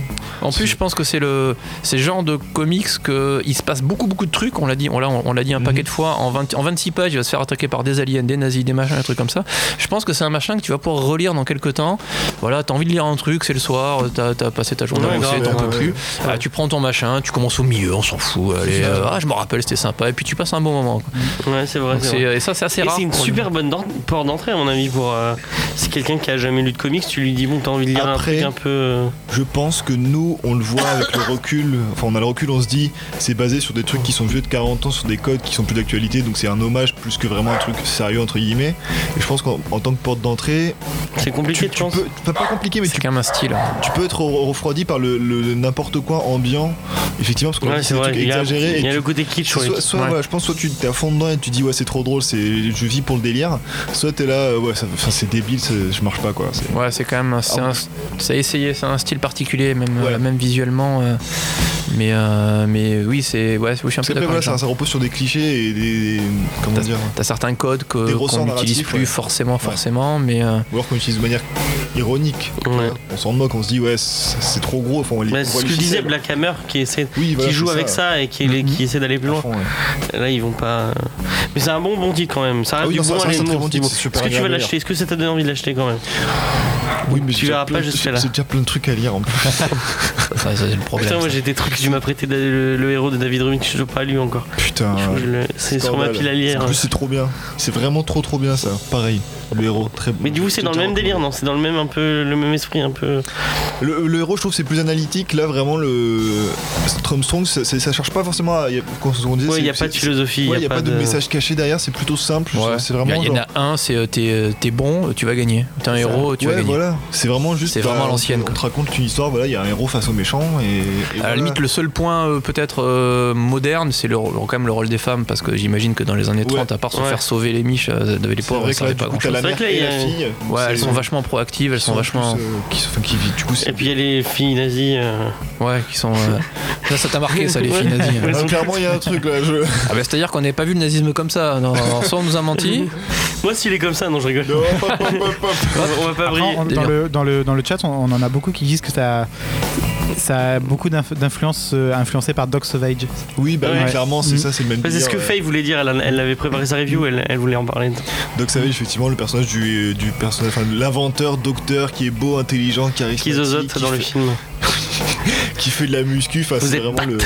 En plus, je pense que c'est le, c'est le genre de comics que il se passe beaucoup beaucoup de trucs. On l'a dit, on l'a, on l'a dit un
Mhm.
paquet de fois. En, 20 en 26 pages, il va se faire attaquer par des aliens, des nazis, des machins, des trucs comme ça. Je pense que c'est un machin que tu vas pouvoir relire dans quelques temps. Voilà, t'as envie de lire un truc, c'est le soir, t'as, t'as passé ta journée
Ouais,
à bosser,
grave,
t'en
ouais,
peux
ouais.
plus. Ah, tu prends ton machin, tu commences au milieu, on s'en fout. Allez, euh, ah, je me rappelle, c'était sympa. Et puis tu passes un bon moment. quoi.
Ouais, c'est vrai.
Donc
c'est
c'est-
vrai.
et ça, c'est assez
Et
rare.
c'est une
pour lui.
super bonne dent- porte d'entrée, à mon avis, pour. euh, si quelqu'un qui a jamais lu de comics, tu lui dis, bon, t'as envie de lire un
Après-
truc un peu. euh,
Je pense que nous, on le voit avec le recul. Enfin, on a le recul, on se dit, c'est basé sur des trucs qui sont vieux de 40 ans, sur des codes qui sont plus d'actualité, donc c'est un hommage plus que vraiment un truc sérieux, entre guillemets. Et je pense qu'en en tant que porte d'entrée,
C'est compliqué,
tu,
de
tu
penses
peux. Pas, pas compliqué, mais
C'est
tu,
quand même un style. hein.
tu peux être re- refroidi par le, le n'importe quoi ambiant, effectivement, parce qu'on a
Ouais,
dit
c'est
c'est des
vrai.
trucs
Il y a,
exagérés. et
il y a
tu-
le côté kitsch, ouais.
Soit, soit,
Ouais.
voilà, je pense soit tu t'es à fond dedans et tu dis ouais c'est trop drôle, c'est je vis pour le délire, soit t'es là euh, ouais ça- enfin, c'est débile, ça- je marche pas quoi. c'est-
Ouais, c'est quand même. un- C'est un, c'est essayé, c'est un style particulier, même, euh,
Ah Ouais.
même visuellement. euh, mais, euh, mais oui, c'est. Ouais, oui, je suis un
Parce
peu
qu'après
d'accord.
voilà
avec
ça,
Jean.
ça repose sur des clichés et des, des- comment dire
T'as certains codes que-
Des
qu'on
ressorts
n'utilise
narratifs,
plus
ouais.
forcément, forcément, mais. euh,
ou alors qu'on utilise de manière ironique. tu
Ouais.
vois. On s'en moque, on se dit ouais c'est c'est trop gros, enfin on les
Mais
on
Bah, c'est
voit
ce
les
que disait
ficelles.
Black Hammer qui, essaie,
Oui, voilà,
qui
c'est Mhm.
joue avec ça et qui, qui essaie d'aller plus
à
loin.
fond, ouais.
Là, ils vont pas. euh, Mais c'est un bon bon titre quand même. Ça
Ah
reste
oui,
du
non,
bon
ça- ça
à
reste un très
l'amour, c'est
bon titre,
bon.
c'est
Est-ce
super
que tu vas
agréable à
l'acheter Est-ce que ça t'a donné envie de l'acheter quand même
Oui, mais
Tu
j'ai
verras
déjà
pas
plein-
jusque-là.
J'ai déjà plein de trucs à lire en plus.
ça, c'est
Oh,
le problème.
Putain, moi
ça.
j'ai des trucs. Tu m'as prêté le, le héros de David Rubin que je n'ai pas lu encore.
Putain.
Il faut que je le- C'est sur ma
Ah scandale.
pile à lire.
En plus c'est trop bien. C'est vraiment trop trop bien ça. Pareil. Le héros, très
Mais du coup, c'est dans le même délire, non C'est dans le même un peu le même esprit, un peu.
Le, le héros, je trouve, que c'est plus analytique. Là, vraiment, le Stromstrong, ça, ça, ça cherche pas forcément à. y a- Quand on disait,
Ouais,
c'est-
il n'y a pas
c'est-
de philosophie.
Ouais,
il
y a, pas de, message caché derrière, c'est plutôt simple.
Ouais.
C'est vraiment.
Il y, en a un, c'est euh, t'es euh, t'es bon, tu vas gagner. T'es un
C'est ça.
héros,
Tu
tu vas
ouais,
gagner.
voilà. C'est vraiment juste. euh,
C'est vraiment à l'ancienne,
On te raconte une histoire, voilà, il y a un héros face au méchant. Et, et
À la
voilà.
limite, le seul point euh, peut-être euh, moderne, c'est le, le- quand même le rôle des femmes, parce que j'imagine que dans les années
Ouais.
30, à part se
Ouais.
faire sauver les miches, euh, les
C'est
pauvres,
vrai
ça
que
servait
là, du
pas
coup,
grand
t'as
chose.
la
C'est vrai
mère
que là,
et
il y a-
la fille.
Ouais,
C'est-
elles sont vachement proactives, elles
qui
sont
en
vachement.
plus, euh, qui, sont- enfin, qui, du coup, c'est-
Et puis il y a les filles nazies. euh,
Ouais, qui sont. euh, Ça, ça t'a marqué, ça, les filles nazies.
Ouais.
Ah, clairement, il y a un truc là. Je...
Ah, bah, c'est-à-dire qu'on n'avait pas vu le nazisme comme ça. Non, alors, soit on nous a menti.
Moi, s'il est comme ça, non, je rigole.
Non, hop, hop, hop, hop.
On va pas
Après,
briller.
on- dans,
Délire.
le, dans, le, dans le chat, on, on en a beaucoup qui disent que ça, ça a beaucoup d'inf- d'influence euh, influencé par Doc Savage.
Oui, bah oui,
Ouais.
clairement, c'est
Mm.
ça, c'est le même
Ouais, C'est ce
délire,
que
ouais.
Faye voulait dire. Elle, en- elle avait préparé sa review. Elle, elle voulait en parler.
Doc Savage, effectivement, le personnage du, du personnage, enfin, de l'inventeur, docteur, qui est beau, intelligent, charismatique,
Schizozote
qui,
dans le
fait,
film.
qui fait de la muscu. Enfin,
Vous
c'est
êtes
vraiment le,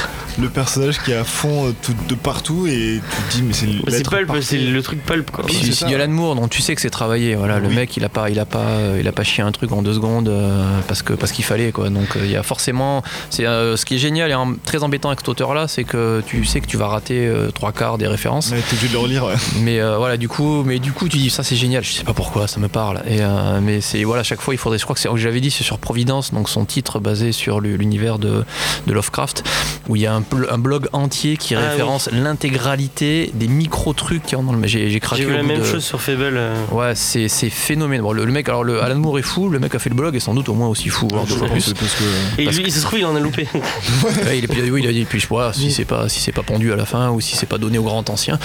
le personnage qui est à fond euh, tout- de partout et tu te dis, mais c'est
Mais C'est
l'être
pulp,
parfait.
c'est le truc pulp quoi.
Puis-
Tu
c'est ça.
signes l'amour, donc tu sais que c'est travaillé. Voilà, le
Oui.
mec, il a pas, il a pas, euh, il a pas chié un truc en deux secondes euh, parce que parce qu'il fallait quoi. Donc euh, il y a forcément, c'est euh, ce qui est génial et en- très embêtant avec cet auteur-là, c'est que tu sais que tu vas rater euh, trois quarts des références.
Ouais, t'es obligé de le relire, ouais.
Mais euh, voilà, du coup, mais du coup, tu dis ça, c'est génial. Je sais pas pourquoi, ça me parle. Et euh, mais c'est voilà, chaque fois, il faudrait. Je crois que c'est, oh, j'avais dit, c'est sur Providence, donc son titre basé sur le- l'univers de, de Lovecraft, où il y a un, pl- un blog entier qui
Ah oui.
référence l'intégralité des micro trucs qu'il y a dans le. J'ai, j'ai craqué.
J'ai vu
au
la
bout
même
de-
chose sur Fable. euh,
Ouais, c'est, c'est phénoménal. Bon, le, le mec, alors le Alan Moore est fou, le mec a fait le blog et sans doute au moins aussi fou, voire deux
Je
fois
pense
plus.
que- parce que, euh,
Et
Parce
lui, il se trouve, il en a loupé.
Ouais, il, est, puis- oui, il a dit, puis je vois si c'est pas si c'est pas pendu à la fin ou si c'est pas donné au grand ancien.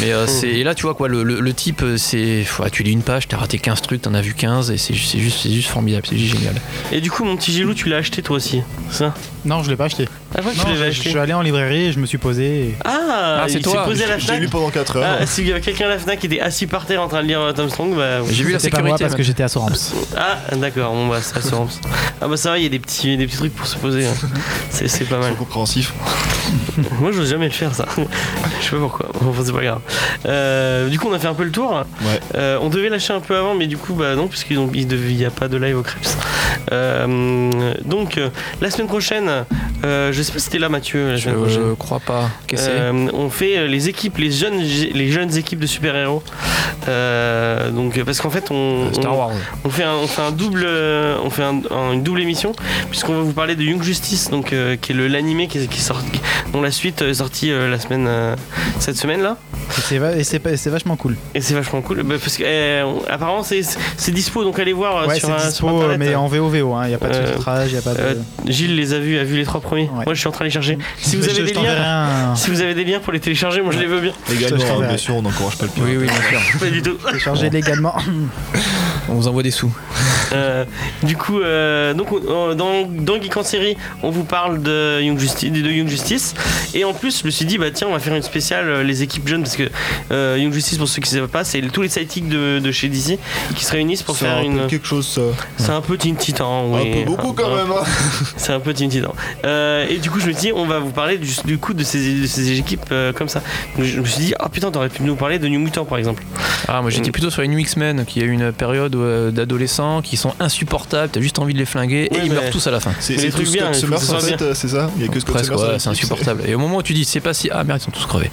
Mais euh, c'est et là tu vois quoi, le, le- le type euh, c'est ouais, tu lis une page, t'as raté 15 trucs, t'en as vu 15 et c'est ju- c'est juste c'est juste formidable, c'est juste génial.
Et du coup, mon petit Gilou, tu l'as acheté toi aussi. c'est Ça
Non, je l'ai pas acheté.
Ah, je vois que
Non,
tu
je,
l'avais
je suis
acheté.
allé en librairie et je me suis posé. et-
Ah,
Ah, c'est
il
toi.
s'est posé à la
J'ai lu
Fnac.
pendant 4 heures. hein.
Ah, s'il y avait quelqu'un à la Fnac qui était assis par terre en train de lire euh, Tom Strong, bah.
J'ai vu la
C'était pas moi
sécurité.
parce que j'étais à Soramps.
Ah, d'accord, bon bah, c'est assurance. Ah, bah, ça va, il y a des petits, des petits trucs pour se poser. hein. C'est c'est pas mal.
C'est compréhensif.
Moi, j'ose jamais le faire, ça. Je sais pas pourquoi. Enfin, c'est pas grave. Euh, du coup, on a fait un peu le tour.
Ouais.
Euh, on devait lâcher un peu avant, mais du coup, bah non, puisqu'il n'y a pas de live au Krebs. Euh, donc, euh, la semaine prochaine, Euh, je sais pas si t'es là, Mathieu, la
Je
semaine prochaine.
euh, crois pas. Qu'est-ce que c'est
Euh, on fait euh, les équipes, les jeunes, les jeunes équipes de super-héros. Euh, donc euh, parce qu'en fait on,
Euh, Star
on-
Wars.
on fait un, on fait un double, euh, on fait un- un- une double émission puisqu'on va vous parler de Young Justice, donc euh, qui est le l'animé qui, est- qui sort, dont la suite est sortie euh, la semaine euh, cette semaine là.
Et c'est va- et c'est pas- et c'est vachement cool.
Et c'est vachement cool bah, parce que euh, on- apparemment c'est c'est dispo donc allez voir euh,
Ouais,
sur,
c'est
euh, sur
dispo,
internet.
mais en VOVO, il n'y hein. a pas
Euh,
de sous-titrage, il a pas de.
Euh, Gilles les a vus, a vu les trois premiers.
Ouais.
Moi je suis en train de les chercher. Si vous
Je-
avez
je
des
t'enverrai
liens,
un-
si vous avez des liens pour les télécharger, moi je les veux bien.
je
Légalement,
t'enverrai.
hein, bien sûr, on hein. n'encourage pas le pire.
Oui, oui, bien sûr.
Pas du tout.
Téléchargez légalement.
On vous envoie des sous.
Euh, du coup, euh, donc on- dans, dans Geek en série, on vous parle de Young Justice, de Young Justice. Et en plus, je me suis dit, bah tiens, on va faire une spéciale euh, les équipes jeunes parce que euh, Young Justice, pour ceux qui ne savent pas, c'est tous les sidekicks de, de chez DC qui se réunissent pour
C'est
faire
un peu
une.
quelque chose, ça.
C'est un peu Teen Titan.
un
oui.
peu beaucoup quand
Un-
même. hein.
C'est un peu Teen Titan. Euh, et du coup, je me suis dit, on va vous parler du, du coup de ces, de ces équipes euh, comme ça. Donc, je me suis dit, ah putain, t'aurais pu nous parler de New Mutant par exemple.
Ah, moi j'étais plutôt sur les New X-Men qui a eu une période euh, d'adolescents qui sont insupportables, t'as juste envie de les flinguer et
Ouais,
ils
mais-
meurent tous à la fin.
C'est
Mais les
c'est tout
trucs bien,
Scott
il faut que
Summers
ce
en
soit
fait, euh, c'est ça Il y a que Scott
Presque,
Summers.
ouais,
dans
c'est
l'équipe,
insupportable. Et au moment où tu dis, c'est pas si. Ah merde, ils sont tous crevés.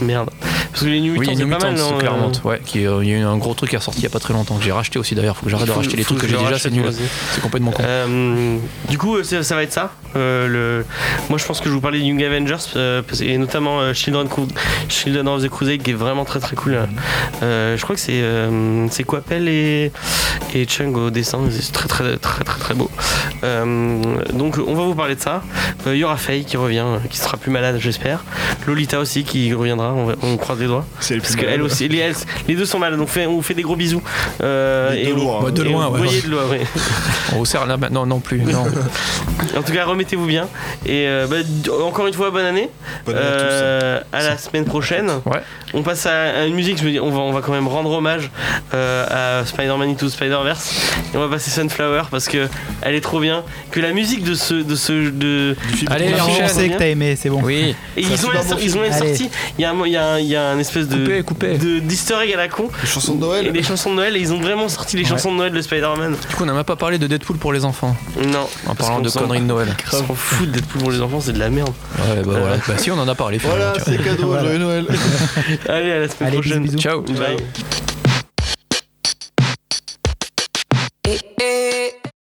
Merde. Parce que les New Mutants,
Oui, les
c'est
New
pas
Mutants,
mal, non,
c'est
euh,
clairement. Ouais, qui, euh, il y a eu un gros truc qui est ressorti il y a pas très longtemps que j'ai racheté aussi d'ailleurs. Faut que j'arrête de
faut-
racheter les
faut
trucs que
je
j'ai déjà,
rachète,
c'est nul.
vas-y.
C'est complètement con.
Euh, du coup, euh, ça, ça va être ça. Euh, le... Moi, je pense que je vous parlais de Young Avengers, euh, parce- et notamment euh, Children, Cru- Children of the Crusade, qui est vraiment très très cool. Euh, je crois que c'est euh, c'est Coppel et, et Chung au dessin, c'est très très très très très beau. Euh, donc, on va vous parler de ça. Euh, Il y aura Faye qui revient, euh, qui sera plus malade, j'espère. Lolita aussi qui reviendra, on, va- on croise les doigts.
C'est le
Parce
plus
que
mal.
elle aussi, les, elles- les deux sont malades, donc fait- on vous fait des gros bisous. Euh,
Mais de
on-
loin, hein.
Ouais, de
et
loin,
vous
ouais.
voyez de loin, ouais.
On vous sert là maintenant, non plus. Non.
En tout cas, remettez-vous bien. Et euh, bah, d- encore une fois, bonne année.
Bonne année à tous.
Euh, à la semaine prochaine.
Ouais.
On passe à à une musique. Je me dis, on va, on va quand même rendre hommage euh, à Spider-Man Into Spider-Verse. Et on va passer Sunflower parce que elle est trop bien. Que la musique de ce. De ce de...
Du film.
Allez,
Marc,
enchaîne.
on sait que t'as aimé, c'est bon.
Oui.
Et ils ont, la, sor- ils ont la
film.
sortie. Il y a un, il y a un- il y a un espèce de.
Coupez, coupez.
de- d'easter egg à la con
Les chansons de
et
Noël
les chansons de Noël et ils ont vraiment sorti les chansons de Noël de Spider-Man
Du coup, on n'a même pas parlé de Deadpool pour les enfants
non
en
parce
parlant
qu'on
de
s'en-
conneries de Noël.
on s'en fout d'être pour les enfants c'est de la merde
Ouais, bah voilà. Bah si, on en a parlé. finalement,
Voilà,
tu vois.
c'est cadeau,
Voilà.
joyeux Noël
allez à la semaine
Allez, bisous,
prochaine
bisous.
Ciao.
Bye.